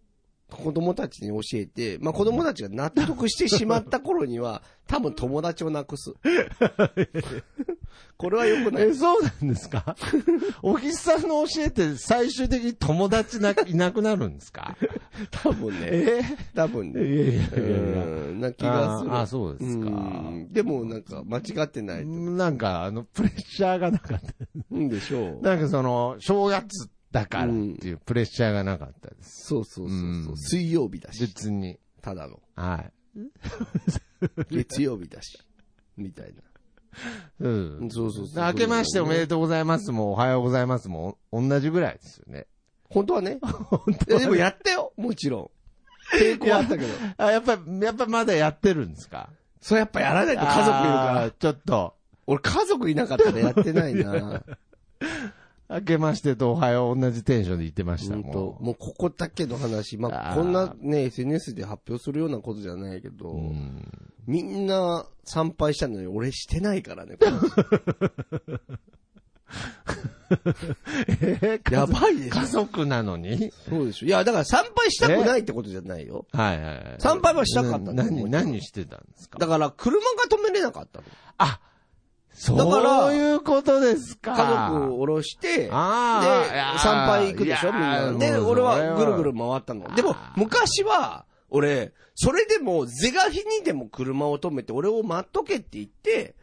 [SPEAKER 1] 子供たちに教えて、まあ子供たちが納得してしまった頃に は、多分友達をなく す。これは良くない
[SPEAKER 2] え、。そうなんで すか小木さんの教えって最終的に友達ないなくなるんですか
[SPEAKER 1] 多分ね。
[SPEAKER 2] え
[SPEAKER 1] 多分
[SPEAKER 2] いや
[SPEAKER 1] ね。
[SPEAKER 2] いやい
[SPEAKER 1] う
[SPEAKER 2] やいや。
[SPEAKER 1] ん、な気がする。
[SPEAKER 2] あーあーそうですか
[SPEAKER 1] うんでもなんか間違ってない。
[SPEAKER 2] なんか、あの、プレッシャーがなかった。
[SPEAKER 1] うんでしょう。
[SPEAKER 2] なんかその、正月だからっていうプレッシャーがなかったです。
[SPEAKER 1] そうそうそうそうう。
[SPEAKER 2] ん
[SPEAKER 1] 水曜日だし、
[SPEAKER 2] 別に。
[SPEAKER 1] ただの。
[SPEAKER 2] はい。
[SPEAKER 1] 月曜日だし、みたいな。
[SPEAKER 2] うん。
[SPEAKER 1] そうそうそう。
[SPEAKER 2] 明けましておめでとうございますも、おはようございますも、お同じぐらいですよね。
[SPEAKER 1] 本当はね。いやでもやったよ、もちろん。抵抗あったけど。
[SPEAKER 2] あ、やっぱり、やっぱまだやってるんですか
[SPEAKER 1] それやっぱやらないと家族いるか
[SPEAKER 2] あー
[SPEAKER 1] ら。
[SPEAKER 2] ちょっと、
[SPEAKER 1] 俺家族いなかったらやってない な。
[SPEAKER 2] 明けましてとおはよう同じテンションで言ってました
[SPEAKER 1] 本
[SPEAKER 2] もん。
[SPEAKER 1] 当もうここだけの話。まあ、
[SPEAKER 2] あー
[SPEAKER 1] こんなね、SNS で発表するようなことじゃないけど、
[SPEAKER 2] うん
[SPEAKER 1] みんな参拝したのに俺してないからね、この 人
[SPEAKER 2] え
[SPEAKER 1] やばいでし ょ
[SPEAKER 2] 家。族なのに
[SPEAKER 1] そうでしょ。いや、だから参拝したくないってことじゃないよ。
[SPEAKER 2] はいはいはい。
[SPEAKER 1] 参拝はしたかったんだも
[SPEAKER 2] な何、
[SPEAKER 1] ちろん
[SPEAKER 2] 何してたんですか
[SPEAKER 1] だから車が止めれなかったの。
[SPEAKER 2] あ、そ
[SPEAKER 1] だから
[SPEAKER 2] ういうことですか。
[SPEAKER 1] 家族を降ろして、で、
[SPEAKER 2] あーいやー
[SPEAKER 1] 参拝行くでしょ、
[SPEAKER 2] い
[SPEAKER 1] みん
[SPEAKER 2] やー
[SPEAKER 1] な。で、
[SPEAKER 2] も
[SPEAKER 1] 俺
[SPEAKER 2] うそれ
[SPEAKER 1] は
[SPEAKER 2] は
[SPEAKER 1] ぐるぐる回ったの。でも、昔は、俺、それでも、是が非にでも車を止めて、俺を待っとけって言って、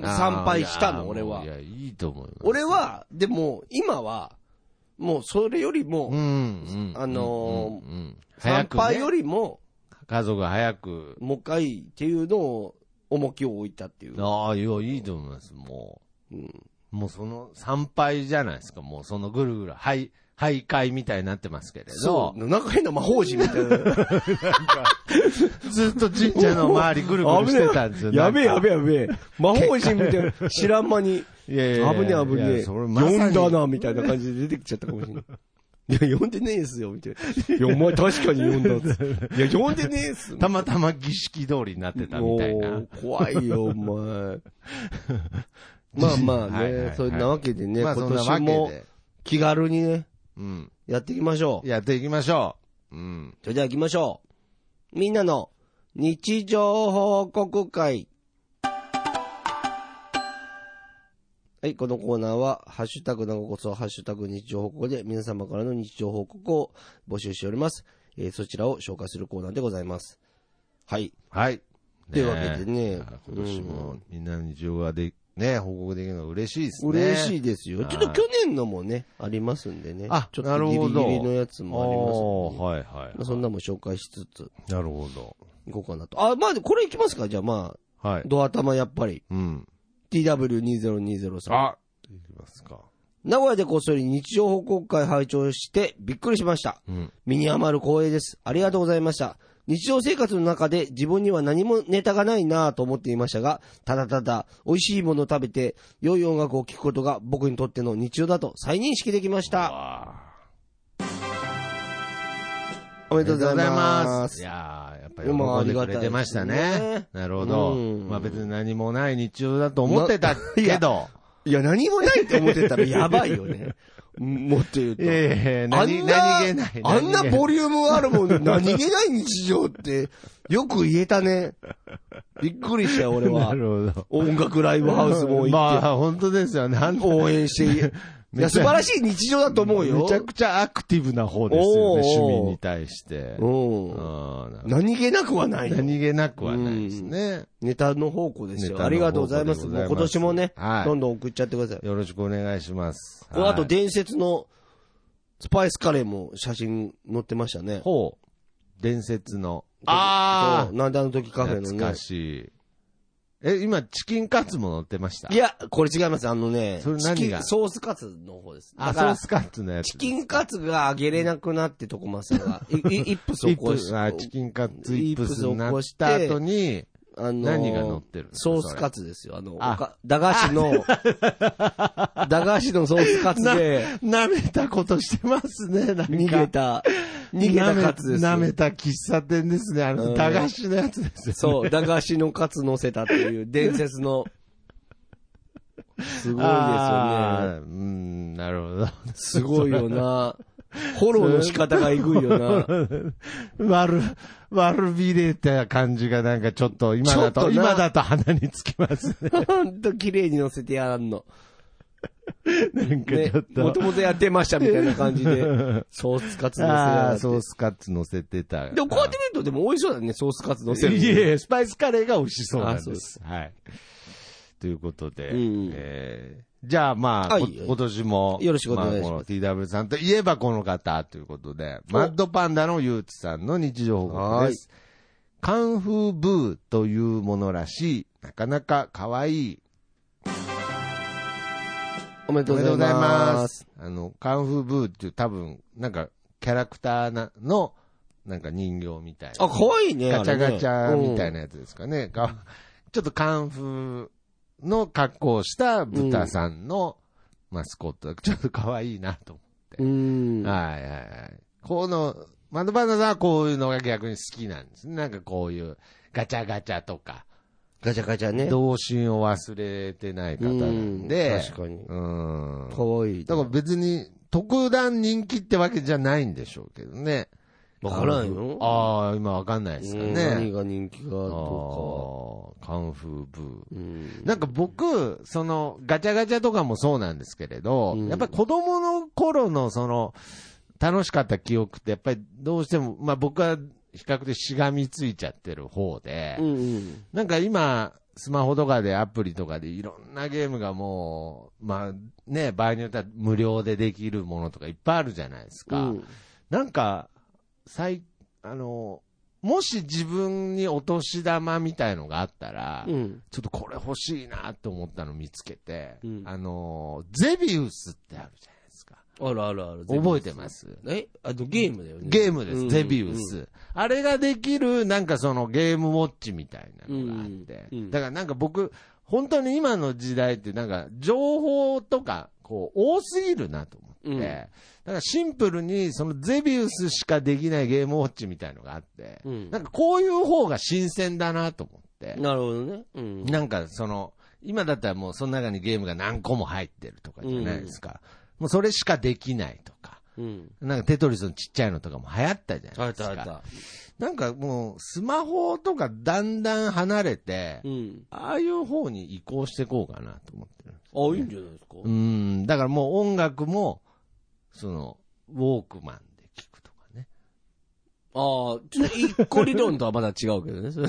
[SPEAKER 1] 参拝した
[SPEAKER 2] あー。
[SPEAKER 1] の、俺はい
[SPEAKER 2] や、いいと思います。
[SPEAKER 1] 俺は、でも、今は、もうそれより
[SPEAKER 2] うん、
[SPEAKER 1] も、
[SPEAKER 2] うん。
[SPEAKER 1] あのー
[SPEAKER 2] うんうん早
[SPEAKER 1] 参
[SPEAKER 2] く、ね、
[SPEAKER 1] 拝よりも、
[SPEAKER 2] 家族が早く。
[SPEAKER 1] もう一回っていうのを、重きを置いたっていう。
[SPEAKER 2] ああ、いや、いいと思います、も
[SPEAKER 1] うん
[SPEAKER 2] う。もうその参拝じゃないですか、もうそのぐるぐる、はい、徘徊みたいになってますけれ
[SPEAKER 1] そ
[SPEAKER 2] ど
[SPEAKER 1] う。、なんか変な魔法陣みたい な。
[SPEAKER 2] ずっと神社の周りぐるぐるしてたんですよ。
[SPEAKER 1] やべえやべえ
[SPEAKER 2] え。
[SPEAKER 1] やべえ。魔法陣みたいな。知らん間に。
[SPEAKER 2] いやいやいや
[SPEAKER 1] 危ねえ危ね
[SPEAKER 2] い
[SPEAKER 1] え。
[SPEAKER 2] やそ
[SPEAKER 1] 読
[SPEAKER 2] れまさに
[SPEAKER 1] んだな、みたいな感じで出てきちゃったかもしれない。いや、読んでねえっすよ、みたいな。いや、お前確かに読んだっつって。いや、読んでねえっす。
[SPEAKER 2] たまたま儀式通りになってたみたいな
[SPEAKER 1] も。う怖いよ、お前。まあまあ
[SPEAKER 2] はいはいは
[SPEAKER 1] ね
[SPEAKER 2] い、
[SPEAKER 1] そんなわけでね、
[SPEAKER 2] まあ
[SPEAKER 1] 今
[SPEAKER 2] そんな
[SPEAKER 1] 年
[SPEAKER 2] わけ
[SPEAKER 1] も
[SPEAKER 2] で。
[SPEAKER 1] 気軽にね、
[SPEAKER 2] うん。
[SPEAKER 1] やっていきましょう。
[SPEAKER 2] やっていきましょう。うん。
[SPEAKER 1] それでは行きましょう。みんなの日常報告会。はい、このコーナーは、ハッシュタグなごこそ、ハッシュタグ日常報告で皆様からの日常報告を募集しております。えーそちらを紹介するコーナーでございます。はい。
[SPEAKER 2] はい。
[SPEAKER 1] ってわけでね
[SPEAKER 2] 今年もみんなに情報がで、ね、報告できるのが嬉しいですね。
[SPEAKER 1] 嬉しいですよ。
[SPEAKER 2] はい
[SPEAKER 1] ちょっと去年のもね、ありますんでね。
[SPEAKER 2] あ
[SPEAKER 1] ちょっ
[SPEAKER 2] なる
[SPEAKER 1] とギ
[SPEAKER 2] ほ
[SPEAKER 1] リギ
[SPEAKER 2] ど
[SPEAKER 1] リのやつもありますんでね、
[SPEAKER 2] はいはい、
[SPEAKER 1] まあ、そんなも紹介しつつ、
[SPEAKER 2] なるほど。
[SPEAKER 1] いこうかなと。あ、まあ、これいきますかじゃあまあ、
[SPEAKER 2] はい。
[SPEAKER 1] ドア玉やっぱり。
[SPEAKER 2] うん。
[SPEAKER 1] TW2020 さん。
[SPEAKER 2] あいきますか。
[SPEAKER 1] 名古屋でこっそり日常報告会拝聴してびっくりしました。
[SPEAKER 2] うん。
[SPEAKER 1] 身に余る光栄です。ありがとうございました。日常生活の中で自分には何もネタがないなぁと思っていましたが、ただただ美味しいものを食べて良い音楽を聴くことが僕にとっての日常だと再認識できました。
[SPEAKER 2] あ
[SPEAKER 1] おめ
[SPEAKER 2] り
[SPEAKER 1] でとうございま
[SPEAKER 2] い
[SPEAKER 1] す。
[SPEAKER 2] やーやっぱ
[SPEAKER 1] でもあ
[SPEAKER 2] り
[SPEAKER 1] り
[SPEAKER 2] 喜ん
[SPEAKER 1] が
[SPEAKER 2] で
[SPEAKER 1] た
[SPEAKER 2] く
[SPEAKER 1] い
[SPEAKER 2] れてましたね
[SPEAKER 1] ね。
[SPEAKER 2] なるほど。
[SPEAKER 1] うん
[SPEAKER 2] まあ別に何もない日常だと思ってたけど。
[SPEAKER 1] いや、何もないって思ってたらやばいよね。もっと言うと。
[SPEAKER 2] いやいやいや、
[SPEAKER 1] あ
[SPEAKER 2] 何、
[SPEAKER 1] んな
[SPEAKER 2] 何気ない。、
[SPEAKER 1] あんな
[SPEAKER 2] 何気い
[SPEAKER 1] ボリュームあるも ん、何気ない日常って、よく言えたね。びっくりしたよ、俺
[SPEAKER 2] な
[SPEAKER 1] は。
[SPEAKER 2] るほど。
[SPEAKER 1] 音楽ライブハウスも行
[SPEAKER 2] ま
[SPEAKER 1] って、
[SPEAKER 2] あ本当ですよ。なん
[SPEAKER 1] 応援 して、いや、素晴らしい日常だと思うよ。
[SPEAKER 2] めちゃくちゃアクティブな方ですよ
[SPEAKER 1] おー
[SPEAKER 2] ね、趣味に対して。
[SPEAKER 1] うん。
[SPEAKER 2] あーなるほど
[SPEAKER 1] 何気なくはないよ。
[SPEAKER 2] 何気なくはないですね。
[SPEAKER 1] ネタの宝庫です
[SPEAKER 2] ネ
[SPEAKER 1] よ。
[SPEAKER 2] タの宝庫で
[SPEAKER 1] ありがとうございます。
[SPEAKER 2] ござい
[SPEAKER 1] も
[SPEAKER 2] ま
[SPEAKER 1] う
[SPEAKER 2] す
[SPEAKER 1] 今年もね、
[SPEAKER 2] はい
[SPEAKER 1] どんどん送っちゃってください。
[SPEAKER 2] よろしくお願いします。
[SPEAKER 1] この後、
[SPEAKER 2] はい
[SPEAKER 1] 伝説のスパイスカレーも写真載ってましたね。
[SPEAKER 2] ほう、伝説の。
[SPEAKER 1] そうなんであの時カフェの
[SPEAKER 2] 懐か
[SPEAKER 1] ね。
[SPEAKER 2] しい。え、今、チキンカツも乗ってました
[SPEAKER 1] いや、これ違います。あのね、
[SPEAKER 2] それ
[SPEAKER 1] チ
[SPEAKER 2] 何
[SPEAKER 1] キ
[SPEAKER 2] が
[SPEAKER 1] ンソースカツの方です。
[SPEAKER 2] あ、
[SPEAKER 1] だか
[SPEAKER 2] ソー
[SPEAKER 1] ら
[SPEAKER 2] スカツのやつ。
[SPEAKER 1] チキンカツが揚げれなくなって、トコマさんが。い い一歩
[SPEAKER 2] イ
[SPEAKER 1] 走
[SPEAKER 2] ッ
[SPEAKER 1] 行
[SPEAKER 2] プ
[SPEAKER 1] し
[SPEAKER 2] ス、あ、チキンカツイップ
[SPEAKER 1] イ
[SPEAKER 2] ス
[SPEAKER 1] ップスを
[SPEAKER 2] にな
[SPEAKER 1] 起こ
[SPEAKER 2] っ
[SPEAKER 1] して
[SPEAKER 2] た後に、
[SPEAKER 1] あのー
[SPEAKER 2] 何が乗ってるんです
[SPEAKER 1] ソ
[SPEAKER 2] か
[SPEAKER 1] ースカツですよ。あの、おか駄菓子 の、駄菓子のソースカツ
[SPEAKER 2] な、
[SPEAKER 1] で、
[SPEAKER 2] 舐めたことしてますね、なんか。
[SPEAKER 1] 逃げた、逃げたカツです。
[SPEAKER 2] 舐め舐めた喫茶店ですね。あ
[SPEAKER 1] う
[SPEAKER 2] の、
[SPEAKER 1] ん
[SPEAKER 2] 駄菓子のやつですよ。
[SPEAKER 1] そう、駄菓子のカツ乗せたっていう伝説の、すごいですよね。
[SPEAKER 2] あーうん、なるほど。
[SPEAKER 1] すごいよな。フォローの仕方がえぐいよな。
[SPEAKER 2] 悪、悪びれた感じがなんかちょっと今だと、
[SPEAKER 1] ちょっとな
[SPEAKER 2] 今だと鼻につきますね。
[SPEAKER 1] ほんと綺麗に乗せてやらんの。
[SPEAKER 2] なんか
[SPEAKER 1] ね
[SPEAKER 2] ちょっ、と。
[SPEAKER 1] もともとやってましたみたいな感じ で、ソースカツ乗せやが
[SPEAKER 2] あ
[SPEAKER 1] っ
[SPEAKER 2] あー、
[SPEAKER 1] て
[SPEAKER 2] ソースカツ乗せてた。
[SPEAKER 1] でもこうやって見るとでも美味しそうだね、ソースカツ乗せるの。
[SPEAKER 2] いえいえ、スパイスカレーが美味しそうなん
[SPEAKER 1] あ
[SPEAKER 2] です。
[SPEAKER 1] そうです
[SPEAKER 2] はい。ということで、
[SPEAKER 1] うん
[SPEAKER 2] えーじゃあまあ、
[SPEAKER 1] はい
[SPEAKER 2] こ今年も、
[SPEAKER 1] よろしくお願いします
[SPEAKER 2] あこの TW さんといえばこの方ということで、マッドパンダのゆうちさんの日常報告です。カンフーブーというものらしい、なかなか可愛い。
[SPEAKER 1] おめで
[SPEAKER 2] お
[SPEAKER 1] と
[SPEAKER 2] め
[SPEAKER 1] う
[SPEAKER 2] でと
[SPEAKER 1] ご
[SPEAKER 2] うござ
[SPEAKER 1] ざ
[SPEAKER 2] い
[SPEAKER 1] い
[SPEAKER 2] ま
[SPEAKER 1] ます。
[SPEAKER 2] す。あの、カンフーブーっていう多分、なんか、キャラクターなの、なんか人形みたいな。
[SPEAKER 1] あ、可愛いね。
[SPEAKER 2] ガチャガチ
[SPEAKER 1] あ
[SPEAKER 2] ャ
[SPEAKER 1] れね
[SPEAKER 2] みたいなやつですかね。がちょっとカンフーの格好をした豚さんのマスコット。ちょっと可愛いなと思
[SPEAKER 1] うん。うん
[SPEAKER 2] う。はいはいはい。この、マドバナさんはこういうのが逆に好きなんですね。なんかこういうガチャガチャとか、
[SPEAKER 1] ガチャガチャね。
[SPEAKER 2] 童心を忘れてない方なん
[SPEAKER 1] う
[SPEAKER 2] で
[SPEAKER 1] ん。確かに。
[SPEAKER 2] うん。
[SPEAKER 1] 可愛いね。
[SPEAKER 2] だから別に特段人気ってわけじゃないんでしょうけどね。
[SPEAKER 1] わからんよ
[SPEAKER 2] ああ、今わかんないですか
[SPEAKER 1] うん
[SPEAKER 2] ね。
[SPEAKER 1] 何が人気がど
[SPEAKER 2] あーカンフーブ
[SPEAKER 1] うかは。うん
[SPEAKER 2] ー。なんか僕、その、ガチャガチャとかもそうなんですけれど、
[SPEAKER 1] うん
[SPEAKER 2] やっぱり子供の頃のその、楽しかった記憶って、やっぱりどうしても、まあ僕は比較的しがみついちゃってる方で、
[SPEAKER 1] うんうん。
[SPEAKER 2] なんか今、スマホとかでアプリとかでいろんなゲームがもう、まあね、場合によっては無料でできるものとかいっぱいあるじゃないですか。
[SPEAKER 1] うん
[SPEAKER 2] なんか、最、あの、もし自分にお年玉みたいのがあったら、
[SPEAKER 1] うん。
[SPEAKER 2] ちょっとこれ欲しいなと思ったの見つけて、
[SPEAKER 1] うん
[SPEAKER 2] あの、ゼビウスってあるじゃないですか。
[SPEAKER 1] あるあるある。
[SPEAKER 2] 覚えてます
[SPEAKER 1] えあの、ゲームだよね。
[SPEAKER 2] ゲームです、
[SPEAKER 1] うん
[SPEAKER 2] ゼビウス、あれができる、なんかそのゲームウォッチみたいなのがあって。
[SPEAKER 1] うんうん
[SPEAKER 2] だからなんか僕、本当に今の時代ってなんか情報とか、こう、多すぎるなと思って。
[SPEAKER 1] うん
[SPEAKER 2] だからシンプルに、そのゼビウスしかできないゲームウォッチみたいのがあって、
[SPEAKER 1] うん
[SPEAKER 2] なんかこういう方が新鮮だなと思って。
[SPEAKER 1] なるほどね。うん。
[SPEAKER 2] なんかその、今だったらもうその中にゲームが何個も入ってるとかじゃないですか。もうそれしかできないとか。
[SPEAKER 1] うん。
[SPEAKER 2] なんかテトリスのちっちゃいのとかも流行ったじゃない
[SPEAKER 1] あ
[SPEAKER 2] で
[SPEAKER 1] っ
[SPEAKER 2] すか。
[SPEAKER 1] たあった。
[SPEAKER 2] なんかもうスマホとかだんだん離れて、
[SPEAKER 1] うん。
[SPEAKER 2] ああいう方に移行していこうかなと思ってる。
[SPEAKER 1] あ、いいんじゃないですか。
[SPEAKER 2] うん、だからもう音楽も、その、ウォークマンで聞くとかね。
[SPEAKER 1] あああ、ちょっと一個理論とはまだ違うけどね。それ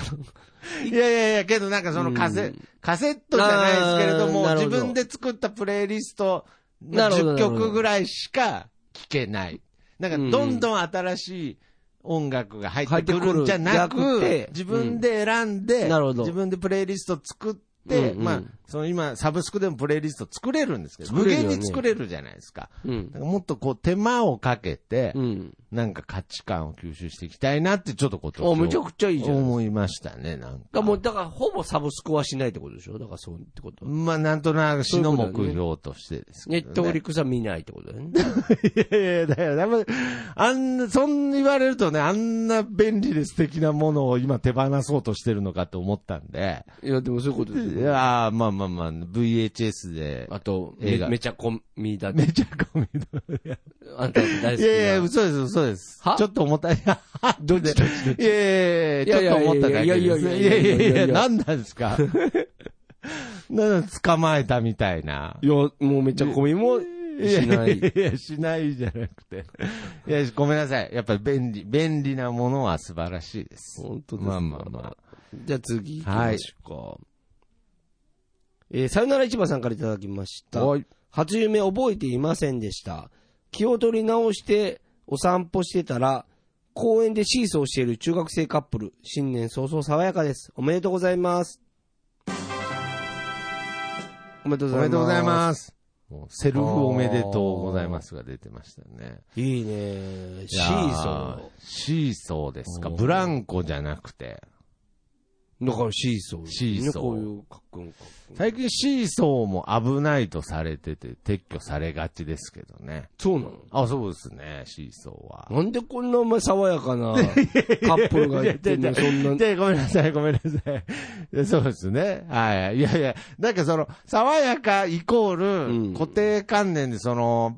[SPEAKER 2] いやいやいや、けどなんかそのカセ、カセットじゃないですけれど
[SPEAKER 1] あー
[SPEAKER 2] も、
[SPEAKER 1] なる
[SPEAKER 2] 自
[SPEAKER 1] ほど
[SPEAKER 2] 分で作ったプレイリスト、ま
[SPEAKER 1] な
[SPEAKER 2] あ
[SPEAKER 1] るほど
[SPEAKER 2] 10曲ぐらいしか聴けない。なんかどんどん新しい音楽が入ってくるんじゃな
[SPEAKER 1] 入ってくる
[SPEAKER 2] く
[SPEAKER 1] じゃなくて、
[SPEAKER 2] 自分で選んで、
[SPEAKER 1] うんなるほど
[SPEAKER 2] 自分でプレイリスト作って、
[SPEAKER 1] うんうん
[SPEAKER 2] まあ、その今、サブスクでもプレイリスト作れるんですけど、
[SPEAKER 1] 作
[SPEAKER 2] 無
[SPEAKER 1] れるよね
[SPEAKER 2] 限に作れるじゃないですか。
[SPEAKER 1] うん
[SPEAKER 2] だ。からもっとこう手間をかけて、
[SPEAKER 1] うん。
[SPEAKER 2] なんか価値観を吸収していきたいなってちょっとこと
[SPEAKER 1] あ、めちゃくちゃいいじゃん。
[SPEAKER 2] 思いましたね、なん
[SPEAKER 1] だ
[SPEAKER 2] か。
[SPEAKER 1] もう、だから、ほぼサブスクはしないってことでしょだから、そうってこと。
[SPEAKER 2] まあ、なんとなく死の目
[SPEAKER 1] そういう
[SPEAKER 2] 標としてです
[SPEAKER 1] ネ
[SPEAKER 2] け
[SPEAKER 1] ット
[SPEAKER 2] ど、
[SPEAKER 1] フ
[SPEAKER 2] ね。
[SPEAKER 1] リックスは見ないってことだよね。
[SPEAKER 2] いやいや、だからだからあんな、そん言われるとね、あんな便利で素敵なものを今手放そうとしてるのかと思ったんで、
[SPEAKER 1] いや、でもそういうことです
[SPEAKER 2] い
[SPEAKER 1] よ。
[SPEAKER 2] やーまあまあまあ、VHS で、
[SPEAKER 1] あと、
[SPEAKER 2] 映
[SPEAKER 1] め
[SPEAKER 2] 画
[SPEAKER 1] めちゃコミだって
[SPEAKER 2] め。ちゃコミ
[SPEAKER 1] あんた大好き
[SPEAKER 2] い
[SPEAKER 1] な。
[SPEAKER 2] やいや、嘘です、嘘です
[SPEAKER 1] は。
[SPEAKER 2] ちょっと重たい。どっちいやいやいや、ちょっと思っただけです。
[SPEAKER 1] い
[SPEAKER 2] い
[SPEAKER 1] や
[SPEAKER 2] や
[SPEAKER 1] い
[SPEAKER 2] い
[SPEAKER 1] や
[SPEAKER 2] や
[SPEAKER 1] いやいや
[SPEAKER 2] いやいや
[SPEAKER 1] いやいや
[SPEAKER 2] いや、何なんですかなんなん捕まえたみたいな。
[SPEAKER 1] いや、もうめちゃコミもしない。
[SPEAKER 2] いや、しないじゃなくて。いや、ごめんなさい。やっぱり便利、便利なものは素晴らしいです。
[SPEAKER 1] 本当ですか
[SPEAKER 2] まあまあま
[SPEAKER 1] じゃあ次行きましょうか。えーさよなら市場さんからいただきました
[SPEAKER 2] あ。。い。
[SPEAKER 1] 初夢覚えていませんでした。気を取り直してお散歩してたら、公園でシーソーしている中学生カップル、新年早々爽やかです。おめでとうございます。おめでとうご
[SPEAKER 2] おめ
[SPEAKER 1] ざいます。
[SPEAKER 2] でとうございます。もうセルフおめでとうございますが出てましたね。
[SPEAKER 1] す。いいねシ
[SPEAKER 2] いや
[SPEAKER 1] ーソ
[SPEAKER 2] シーソーですか。
[SPEAKER 1] おー
[SPEAKER 2] ブランコじゃなくて。
[SPEAKER 1] ー。だからシーソー。
[SPEAKER 2] シーソー
[SPEAKER 1] こういうカッコンカッコン
[SPEAKER 2] 最近シーソーも危ないとされてて撤去されがちですけどね。
[SPEAKER 1] そうなの
[SPEAKER 2] あ、そうですね、シーソー は。
[SPEAKER 1] なんでこんなお前爽やかなカップルがやってんのそんな。
[SPEAKER 2] で、ごめんなさい、ごめんなさいい や。そうですね。はい。いやいや、なんかその、爽やかイコ
[SPEAKER 1] うん
[SPEAKER 2] ール、固定観念でその、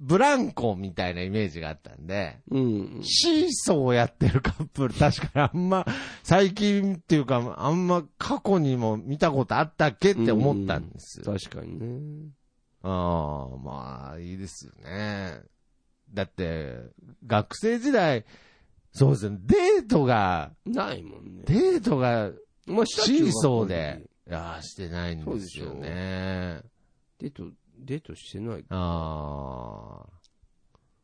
[SPEAKER 2] ブランコみたいなイメージがあったんで、
[SPEAKER 1] うん。
[SPEAKER 2] シーソーをやってるカップル、確かにあんま、最近っていうか、あんま過去にも見たことあったっけって思ったんですよ。
[SPEAKER 1] 確かにね。
[SPEAKER 2] ああ、まあ、いいですよね。だって、学生時代、そうですね、デートが、
[SPEAKER 1] ないもんね。
[SPEAKER 2] デートが、
[SPEAKER 1] まあ、
[SPEAKER 2] シーソーで、いやーしてないんですよね。
[SPEAKER 1] デート、デートしてない。
[SPEAKER 2] ああ。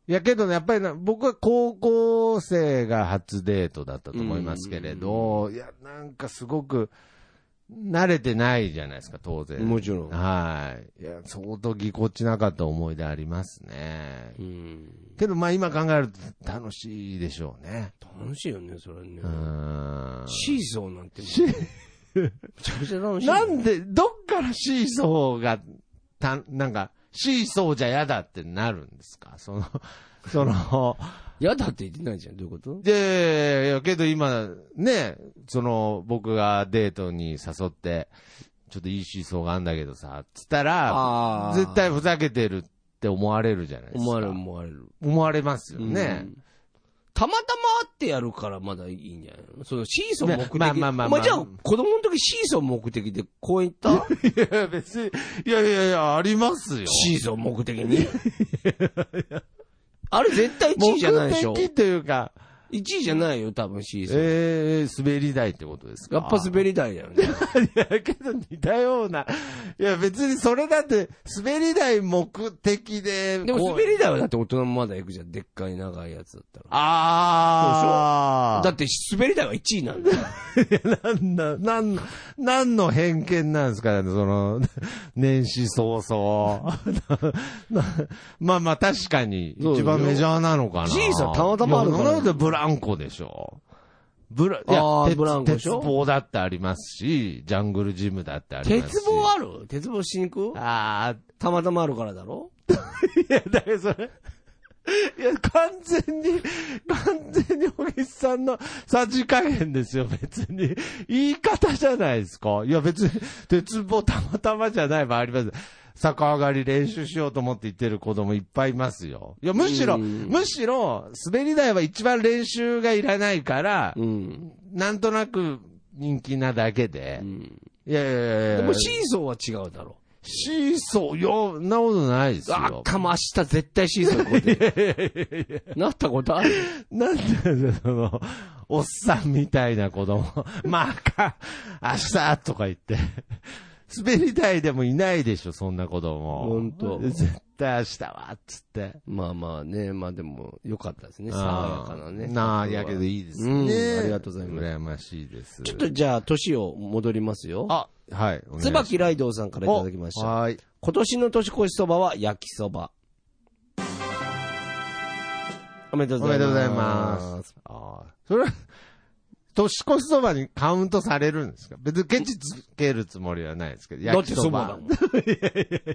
[SPEAKER 2] いやけどね、やっぱりな、僕は高校生が初デートだったと思いますけれど、いや、なんかすごく、慣れてないじゃないですか、当然。
[SPEAKER 1] もちろん。
[SPEAKER 2] はい。いや、相当ぎこちなかった思い出ありますね
[SPEAKER 1] う。ん。
[SPEAKER 2] けど、まあ今考えると楽しいでしょうね。
[SPEAKER 1] 楽しいよね、それはね
[SPEAKER 2] う。ん。
[SPEAKER 1] シーソーなんてもう。めちゃくちゃ楽しい。
[SPEAKER 2] なんで、どっからシーソーが、た、なんか、シーソーじゃ嫌だってなるんですかそ の、その、
[SPEAKER 1] 嫌だって言ってないじゃん、どういうこと
[SPEAKER 2] で、いや、けど今、ね、その、僕がデートに誘って、ちょっといいシーソーがあんだけどさ、つったら、
[SPEAKER 1] あー
[SPEAKER 2] 絶対ふざけてるって思われるじゃないですか。
[SPEAKER 1] 思われる、思われる。
[SPEAKER 2] 思われますよね
[SPEAKER 1] う。んたまたま会ってやるからまだいいんじゃないのそのシーソー目的。
[SPEAKER 2] まあまあまあまあ
[SPEAKER 1] お前じゃあ、子供の時シーソー目的で公園行 った
[SPEAKER 2] いや、別に、いやいやいや、ありますよ。
[SPEAKER 1] シーソー目的に。あれ絶対1位じゃないでしょ。
[SPEAKER 2] 目
[SPEAKER 1] 1
[SPEAKER 2] 的というか、
[SPEAKER 1] 位じゃないよ、多分シーソー。
[SPEAKER 2] えー、滑り台ってことですか
[SPEAKER 1] やっぱ滑り台だよね。
[SPEAKER 2] いや、けど似たような。いや、別にそれだって、滑り台目的で。
[SPEAKER 1] でも
[SPEAKER 2] こう
[SPEAKER 1] 滑り台はだって大人もまだ行くじゃん。でっかい長いやつだったら。
[SPEAKER 2] あ
[SPEAKER 1] だって滑り台は1位なんだよ。
[SPEAKER 2] だって、なんだ、なん、なんの偏見なんですかね、その、年始早々。 なまあまあ、確かに、
[SPEAKER 1] そう
[SPEAKER 2] 一番メジャーなのかな。
[SPEAKER 1] じいさんたまたまあるから
[SPEAKER 2] いやなんでブランコでしょ。ブラ、いや
[SPEAKER 1] あー
[SPEAKER 2] 鉄
[SPEAKER 1] ブランコでし
[SPEAKER 2] 鉄
[SPEAKER 1] ょ
[SPEAKER 2] 棒だってありますし、ジャングルジムだってありますし。
[SPEAKER 1] 鉄棒ある鉄棒しに行く
[SPEAKER 2] ああ、
[SPEAKER 1] たまたまあるからだろ
[SPEAKER 2] いや、だからそれ。いや、完全に、完全に小木さんのさじ加減ですよ、別に。言い方じゃないですか。いや、別に、鉄棒たまたまじゃない場合あります。逆上がり練習しようと思って言ってる子供いっぱいいますよ。いや、むしろ、
[SPEAKER 1] うん
[SPEAKER 2] むしろ、滑り台は一番練習がいらないから、
[SPEAKER 1] うん。
[SPEAKER 2] なんとなく人気なだけで
[SPEAKER 1] う。ん。
[SPEAKER 2] いやいやいやいや
[SPEAKER 1] でもシーソーは違うだろ。
[SPEAKER 2] シーソー、よ、なことないです
[SPEAKER 1] あっ
[SPEAKER 2] よ。
[SPEAKER 1] かも明日絶対シーソー行こうて。 なったことある
[SPEAKER 2] なんで、その、おっさんみたいな子供、まあか、明日とか言って、滑り台でもいないでしょ、そんな子供。
[SPEAKER 1] ほんと
[SPEAKER 2] 絶対明日は、っつって。
[SPEAKER 1] まあまあね、まあでも、良かったですね。爽やかなね。
[SPEAKER 2] あーなあ、やけどいいですね、
[SPEAKER 1] うんありがとうございます
[SPEAKER 2] 羨ましいです。
[SPEAKER 1] ちょっとじゃあ、年を戻りますよ。
[SPEAKER 2] あ、はい。お願いします
[SPEAKER 1] 椿ライドウさんからいただきまし
[SPEAKER 2] お
[SPEAKER 1] た。
[SPEAKER 2] はい。
[SPEAKER 1] 今年の年越しそばは焼きそば。おめでとう
[SPEAKER 2] お
[SPEAKER 1] ご
[SPEAKER 2] め
[SPEAKER 1] ざいます。
[SPEAKER 2] でとうございます。ああ。それは、年越しそばにカウントされるんですか別にケチつけるつもりはないですけど、
[SPEAKER 1] だっ
[SPEAKER 2] 焼
[SPEAKER 1] て
[SPEAKER 2] き
[SPEAKER 1] そ
[SPEAKER 2] そ
[SPEAKER 1] ば
[SPEAKER 2] ば。
[SPEAKER 1] だもん。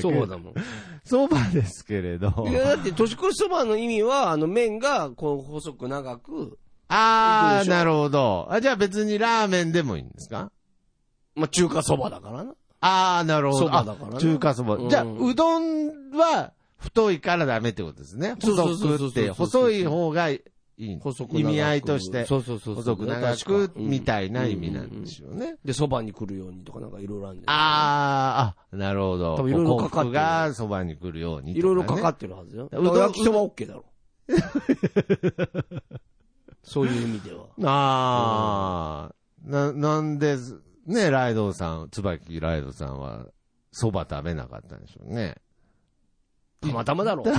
[SPEAKER 1] そうだもん。
[SPEAKER 2] そばですけれど。
[SPEAKER 1] いや、だって年越しそばの意味は、あの麺が、こう、細く長く、ど
[SPEAKER 2] あ
[SPEAKER 1] うで
[SPEAKER 2] ー、
[SPEAKER 1] しょう
[SPEAKER 2] なるほど。あ、じゃあ別にラーメンでもいいんですか
[SPEAKER 1] まあ中華そばだからな。
[SPEAKER 2] あー、なるほ
[SPEAKER 1] そ
[SPEAKER 2] ど。
[SPEAKER 1] ばだからね
[SPEAKER 2] あ中華そば。
[SPEAKER 1] うん
[SPEAKER 2] じゃあ、うどんは太いからダメってことですね。
[SPEAKER 1] そうそうそう
[SPEAKER 2] 細
[SPEAKER 1] そう
[SPEAKER 2] くって、細い方がいい。
[SPEAKER 1] 細く長
[SPEAKER 2] 意
[SPEAKER 1] く
[SPEAKER 2] 味合いとして。
[SPEAKER 1] そうそうそうそう。
[SPEAKER 2] 細く長
[SPEAKER 1] 確
[SPEAKER 2] く、
[SPEAKER 1] か
[SPEAKER 2] みたいな意味なんでしょうね。
[SPEAKER 1] で、そばに来るようにとかなんかいろいろあるんじゃない
[SPEAKER 2] あー、あ、なるほど。
[SPEAKER 1] 多分いろいろかかってる
[SPEAKER 2] お幸福がそばに来るように
[SPEAKER 1] いろいろかか
[SPEAKER 2] っ
[SPEAKER 1] ってるはずよ。
[SPEAKER 2] うどん
[SPEAKER 1] だから焼きそば OK だろ。そういう意味で は。
[SPEAKER 2] あー、な、なんで、ね、ライドウさん、椿ライドウさんは、そば食べなかったんでしょうね。
[SPEAKER 1] たまたまだろ。
[SPEAKER 2] いや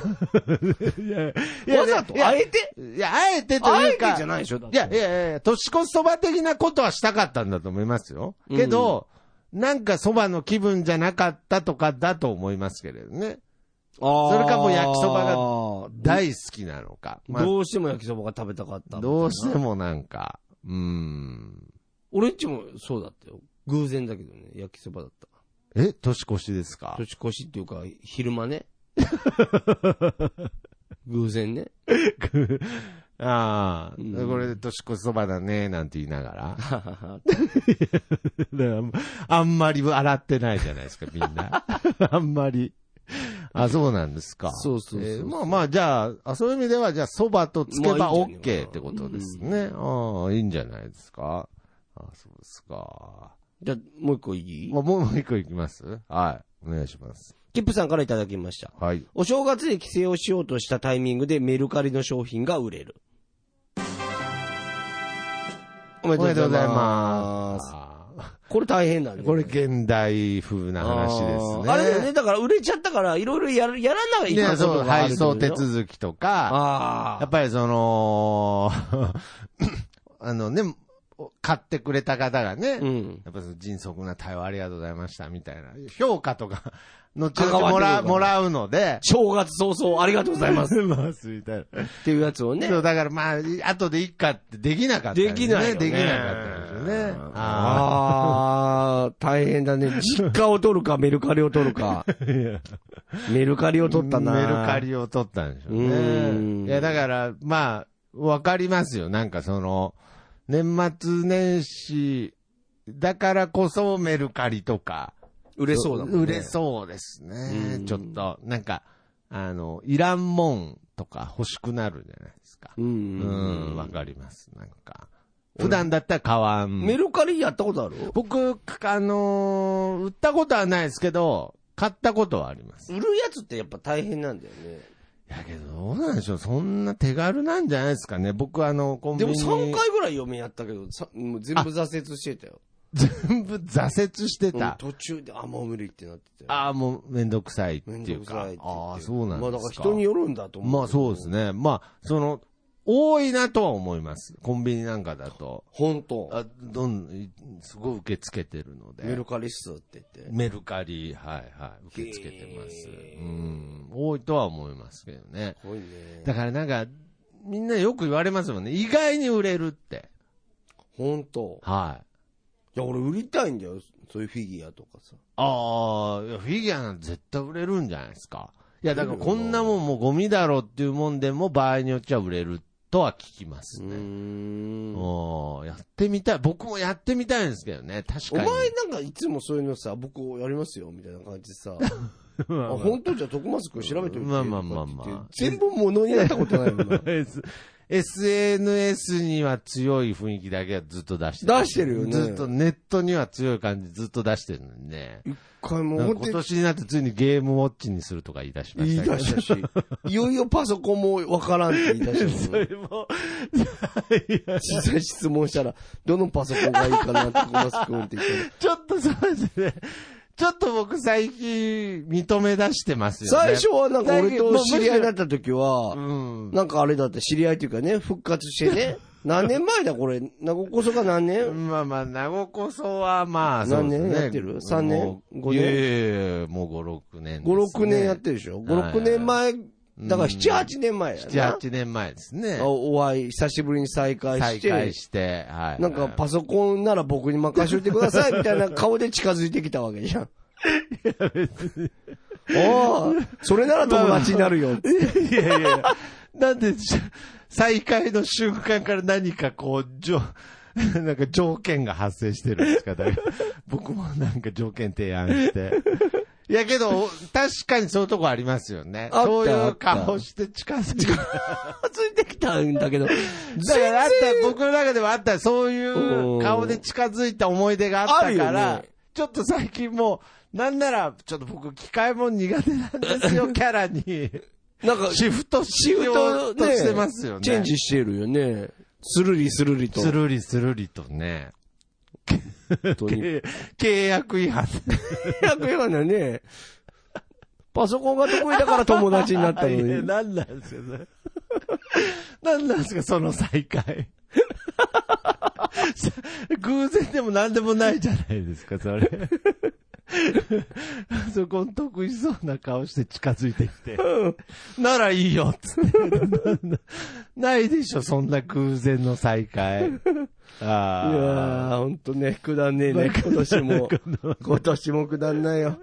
[SPEAKER 2] いや
[SPEAKER 1] わざと
[SPEAKER 2] いや
[SPEAKER 1] あえて
[SPEAKER 2] いや、あえてと
[SPEAKER 1] あえ
[SPEAKER 2] いう
[SPEAKER 1] て
[SPEAKER 2] か、
[SPEAKER 1] じゃないでしょだっ
[SPEAKER 2] い
[SPEAKER 1] て
[SPEAKER 2] や、いやいやいや、年越しそば的なことはしたかったんだと思いますよ。けど、なんかそばの気分じゃなかったとかだと思いますけれどね。
[SPEAKER 1] あー
[SPEAKER 2] それかもう焼きそば大好きなのか。まあ
[SPEAKER 1] どうしても焼きそばが食べたかった。
[SPEAKER 2] どうして。もなんか、うーん。
[SPEAKER 1] 俺んちもそうだったよ。偶然だけどね、焼きそばだった。
[SPEAKER 2] え、年越しですか
[SPEAKER 1] 年越しっていうか、昼間 ね。偶然 ね。
[SPEAKER 2] ああ、
[SPEAKER 1] うん
[SPEAKER 2] これで年越しそばだね、なんて言いながら。 だからあんまり洗ってないじゃないですか、みんな。 あんまり。あ、そうなんですか。
[SPEAKER 1] そうそうそう
[SPEAKER 2] えーまあまあ、じゃああ、そういう意味では、じゃあ、蕎麦とつけ
[SPEAKER 1] まあ
[SPEAKER 2] ば
[SPEAKER 1] いいんじゃない
[SPEAKER 2] OK ってことですね。ああ、いいんじゃないですか。あそうですか。
[SPEAKER 1] じゃあ、もう一個いい
[SPEAKER 2] まあ、もう一個いきますはい。お願いします。
[SPEAKER 1] キップさんからいただきました。
[SPEAKER 2] はい。
[SPEAKER 1] お正月で帰省をしようとしたタイミングでメルカリの商品が売れる。おめ
[SPEAKER 2] おめ
[SPEAKER 1] で
[SPEAKER 2] で
[SPEAKER 1] と
[SPEAKER 2] と
[SPEAKER 1] う
[SPEAKER 2] う
[SPEAKER 1] ご
[SPEAKER 2] ご
[SPEAKER 1] ざ
[SPEAKER 2] ざ
[SPEAKER 1] い
[SPEAKER 2] い
[SPEAKER 1] ま。
[SPEAKER 2] ますす。
[SPEAKER 1] これ大変だね。
[SPEAKER 2] これ現代風な話ですね。
[SPEAKER 1] あーあれだよね、だから売れちゃったから、いろいろやるやらない
[SPEAKER 2] い
[SPEAKER 1] か
[SPEAKER 2] や、
[SPEAKER 1] んこと
[SPEAKER 2] そう、
[SPEAKER 1] がある
[SPEAKER 2] 配
[SPEAKER 1] ってこと
[SPEAKER 2] 送手
[SPEAKER 1] でしょ
[SPEAKER 2] 続きと
[SPEAKER 1] あ
[SPEAKER 2] か、やっぱりその、 あのね、買ってくれた方がね、
[SPEAKER 1] あ。うん。
[SPEAKER 2] やっぱその迅速な対応ありがとうございましたみたいな、評価 とか、後
[SPEAKER 1] 関わっ
[SPEAKER 2] 々
[SPEAKER 1] てく
[SPEAKER 2] も
[SPEAKER 1] るからら
[SPEAKER 2] もらうので、
[SPEAKER 1] 正月早々ありがとうございます。
[SPEAKER 2] すますみたいな。
[SPEAKER 1] っていうやつをね。
[SPEAKER 2] そう、だからまあ、後でいっかってできなかったん
[SPEAKER 1] できないよね。
[SPEAKER 2] できなかったんですよね。あ
[SPEAKER 1] ああ、大変だね。実家を取るか、メルカリを取るか。メルカリを
[SPEAKER 2] ー
[SPEAKER 1] 取ったな。
[SPEAKER 2] メルカ。リを取ったんでしょう
[SPEAKER 1] うん
[SPEAKER 2] ね。いや、だから、まあ、わかりますよ。なんかその、年末年始、だからこそメルカリとか、
[SPEAKER 1] 売れそうだもんね。
[SPEAKER 2] 売れそうです
[SPEAKER 1] う
[SPEAKER 2] ね
[SPEAKER 1] ん。
[SPEAKER 2] ちょっと、なんか、あの、いらんもんとか欲しくなるじゃないですか。
[SPEAKER 1] う。う。
[SPEAKER 2] うんん、わかります。なんか。普段だったら買わん。
[SPEAKER 1] メルカリやったことある
[SPEAKER 2] 僕、あのー売ったことはないですけど、買ったことはあります。い
[SPEAKER 1] 売るやつってやっぱ大変なんだよね。
[SPEAKER 2] やけど、どうなんでしょう。そんな手軽なんじゃないですかね。僕、あの、コン
[SPEAKER 1] で
[SPEAKER 2] ビ
[SPEAKER 1] も
[SPEAKER 2] ニ。
[SPEAKER 1] 3回ぐらい嫁やったけど、さもう全部挫折してたよ。
[SPEAKER 2] 全部挫折して
[SPEAKER 1] うん
[SPEAKER 2] た。
[SPEAKER 1] 途中で、あ、もう無理ってなってたよ。
[SPEAKER 2] ああ、もう、めんどくさいって
[SPEAKER 1] めん
[SPEAKER 2] い
[SPEAKER 1] ど
[SPEAKER 2] う
[SPEAKER 1] く
[SPEAKER 2] か。
[SPEAKER 1] さいって言って
[SPEAKER 2] ああ、そうなんですか。
[SPEAKER 1] まあだから人によるんだと思う。
[SPEAKER 2] まあそうです。ね。まあ、その、多いなとは思います。コンビニなんかだと。
[SPEAKER 1] 本当。
[SPEAKER 2] あどんどん、すごい受け付けてるので。
[SPEAKER 1] メルカリっすって言って。
[SPEAKER 2] メルカリ、はいはい。受け付けてます。
[SPEAKER 1] へー
[SPEAKER 2] うん。多いとは思いますけどね。
[SPEAKER 1] すごいね。
[SPEAKER 2] だからなんか、みんなよく言われますもんね。意外に売れるって。
[SPEAKER 1] 本当。
[SPEAKER 2] は
[SPEAKER 1] い
[SPEAKER 2] い。
[SPEAKER 1] や、俺売りたいんだよ。そういうフィギュアとかさ。
[SPEAKER 2] ああ、いやフィギュアなんて絶対売れるんじゃないですか。いや、だからこんなもんもうゴミだろうっていうもんでも場合によっちゃ売れるとは聞きます
[SPEAKER 1] う
[SPEAKER 2] ね。
[SPEAKER 1] ん。お
[SPEAKER 2] おーやってみたい。僕もやってみたいんですけどね。確か
[SPEAKER 1] 前
[SPEAKER 2] に。
[SPEAKER 1] なんかいつもそういうのさ、僕やりますよ、みたいな感じで さ。
[SPEAKER 2] ま
[SPEAKER 1] あ
[SPEAKER 2] あまあ
[SPEAKER 1] 本当じゃあ徳松君調べておいて。
[SPEAKER 2] まあまあまあまあ
[SPEAKER 1] とかって言って全部物になったことないもんな。
[SPEAKER 2] い SNS には強い雰囲気だけはずっと出して
[SPEAKER 1] 出してるよね
[SPEAKER 2] ずっとネットには強い感じずっと出してるのにね。
[SPEAKER 1] 一回も
[SPEAKER 2] な
[SPEAKER 1] うん本
[SPEAKER 2] か今
[SPEAKER 1] 当に
[SPEAKER 2] 年になってついにゲームウォッチにするとか言い出しま
[SPEAKER 1] 言
[SPEAKER 2] し
[SPEAKER 1] い
[SPEAKER 2] た
[SPEAKER 1] 出
[SPEAKER 2] けど。
[SPEAKER 1] したし、いよいよパソコンもわからんって言い出したし
[SPEAKER 2] それも、
[SPEAKER 1] 実際質問したら、どのパソコンがいいかなって小松君って言ったら
[SPEAKER 2] ちょっとそうですね。ちょっと僕最近認め出してますよ
[SPEAKER 1] 最
[SPEAKER 2] ね。
[SPEAKER 1] 初はなんか俺と知り合いになった時
[SPEAKER 2] う
[SPEAKER 1] は、
[SPEAKER 2] ん。
[SPEAKER 1] なんかあれだった、知り合いっていうかね、復活してね、何年前だこれ、名古こそが何年
[SPEAKER 2] まあまあ、名護こそはまあ、そうですね
[SPEAKER 1] 何年やってる三年
[SPEAKER 2] もう
[SPEAKER 1] 五年
[SPEAKER 2] いやいやいやもう5、6年です、ね。
[SPEAKER 1] ?5、6年やってるでしょ ?5、6年前、だから7、8年前やな。
[SPEAKER 2] 7、8年前ですね。
[SPEAKER 1] お会い、久しぶりに再会
[SPEAKER 2] 再
[SPEAKER 1] して、
[SPEAKER 2] 開して、はい。
[SPEAKER 1] なんかパソコンなら僕に任しといてくださいみたいな顔で近づいてきたわけじゃん。 いや、別に。それなら友達にな るよって。
[SPEAKER 2] いやいやいやなんで、し再開の瞬間から何かこう、じょ、 なんか条件が発生してるんですかだから 僕もなんか条件提案して。いやけど、確かにそういうとこありますよね。
[SPEAKER 1] あった
[SPEAKER 2] そうい
[SPEAKER 1] あ
[SPEAKER 2] う
[SPEAKER 1] った
[SPEAKER 2] 顔して近づく。
[SPEAKER 1] 近づいてきたんだけど、
[SPEAKER 2] だからあった、僕の中ではあった、そういう顔で近づいた思い出があったか
[SPEAKER 1] ある
[SPEAKER 2] ら、
[SPEAKER 1] よね
[SPEAKER 2] ちょっと最近もう、なんなら、ちょっと僕、機械も苦手なんですよ、キャラに。
[SPEAKER 1] なんか、
[SPEAKER 2] シフトし
[SPEAKER 1] シフ
[SPEAKER 2] よ
[SPEAKER 1] ト
[SPEAKER 2] うと
[SPEAKER 1] ね、
[SPEAKER 2] してますよね。
[SPEAKER 1] チェンジしてるよね。スルリスルリと。
[SPEAKER 2] するりするりとね。
[SPEAKER 1] 本当に。
[SPEAKER 2] 契契約違反。
[SPEAKER 1] 100円はね、パソコンが得意だから友達になったの
[SPEAKER 2] いや
[SPEAKER 1] に。
[SPEAKER 2] なんなんですかね。 なんなんですか、その再会。 偶然でも何でもないじゃないですか、それ。 そこん得意そうな顔して近づいてきて。ならいいよ、つって。 ないでしょ、そんな偶然の再 会。
[SPEAKER 1] いや
[SPEAKER 2] ああ。
[SPEAKER 1] ー、ほんとね、くだんねえ ね、今年も。今年もくだんないよ。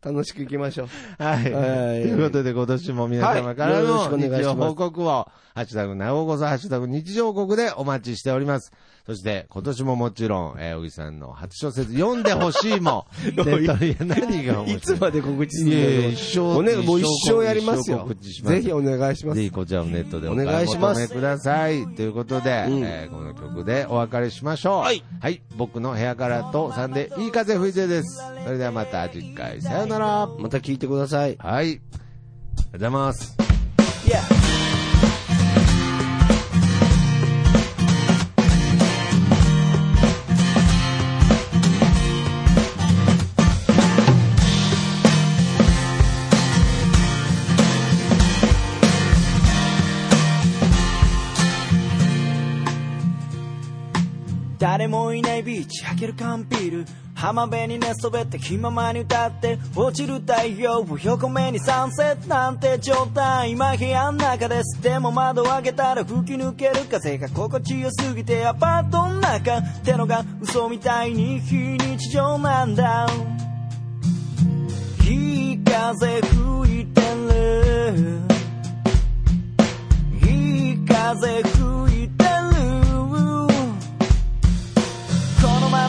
[SPEAKER 1] 楽しく行きましょう。
[SPEAKER 2] はい。
[SPEAKER 1] はい
[SPEAKER 2] ということで、今年も皆様から
[SPEAKER 1] はいよろしく
[SPEAKER 2] の
[SPEAKER 1] お願いします
[SPEAKER 2] 日常報告を、ハッシュタグ、なおこそ、ハッシュタグ、日常報告でお待ちしております。そして、今年ももちろん、えー、小木さんの初小説、読んでほし いも、ネットで何が面白い
[SPEAKER 1] いつまで告知するんだ
[SPEAKER 2] いやい
[SPEAKER 1] ろ
[SPEAKER 2] や
[SPEAKER 1] う
[SPEAKER 2] 一生
[SPEAKER 1] おねもう一生やります
[SPEAKER 2] 一生
[SPEAKER 1] よ
[SPEAKER 2] 告知。します
[SPEAKER 1] ぜひお願いします
[SPEAKER 2] ぜ。ひこちらをネットでお
[SPEAKER 1] お願
[SPEAKER 2] 買い
[SPEAKER 1] いし
[SPEAKER 2] 求
[SPEAKER 1] ます
[SPEAKER 2] めください。ということで、
[SPEAKER 1] うん
[SPEAKER 2] えーこの曲でお別れしましょう。
[SPEAKER 1] はい。
[SPEAKER 2] 僕の部屋からとさんで、いい風吹いてです。それではまた次回、さようなら。
[SPEAKER 1] また聞いてください。
[SPEAKER 2] はい。ありがとうございます。
[SPEAKER 3] 誰もいないビーチ開ける缶ビール浜辺に寝そべって気ままに歌って落ちる太陽を横目にサンセットなんて状態今部屋の中ですでも窓を開けたら吹き抜ける風が心地よすぎてアパートの中ってのが嘘みたいに非日常なんだいい風吹いてるいい風吹いてるこのま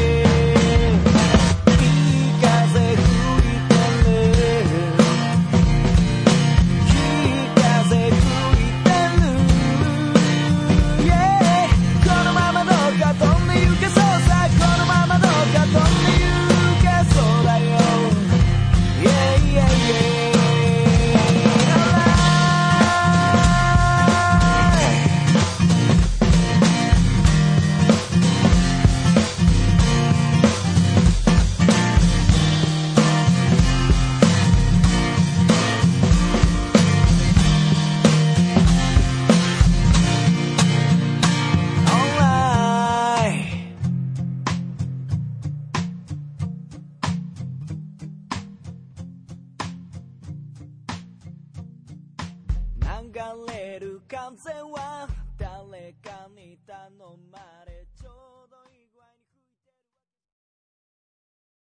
[SPEAKER 3] いい風吹いてるいい風吹いてる Yeah このままどうか飛んで行けそうさこのままどうか飛んで行けそうだよ Yeah yeah yeah Alright オンライン流れる風は誰かに助の前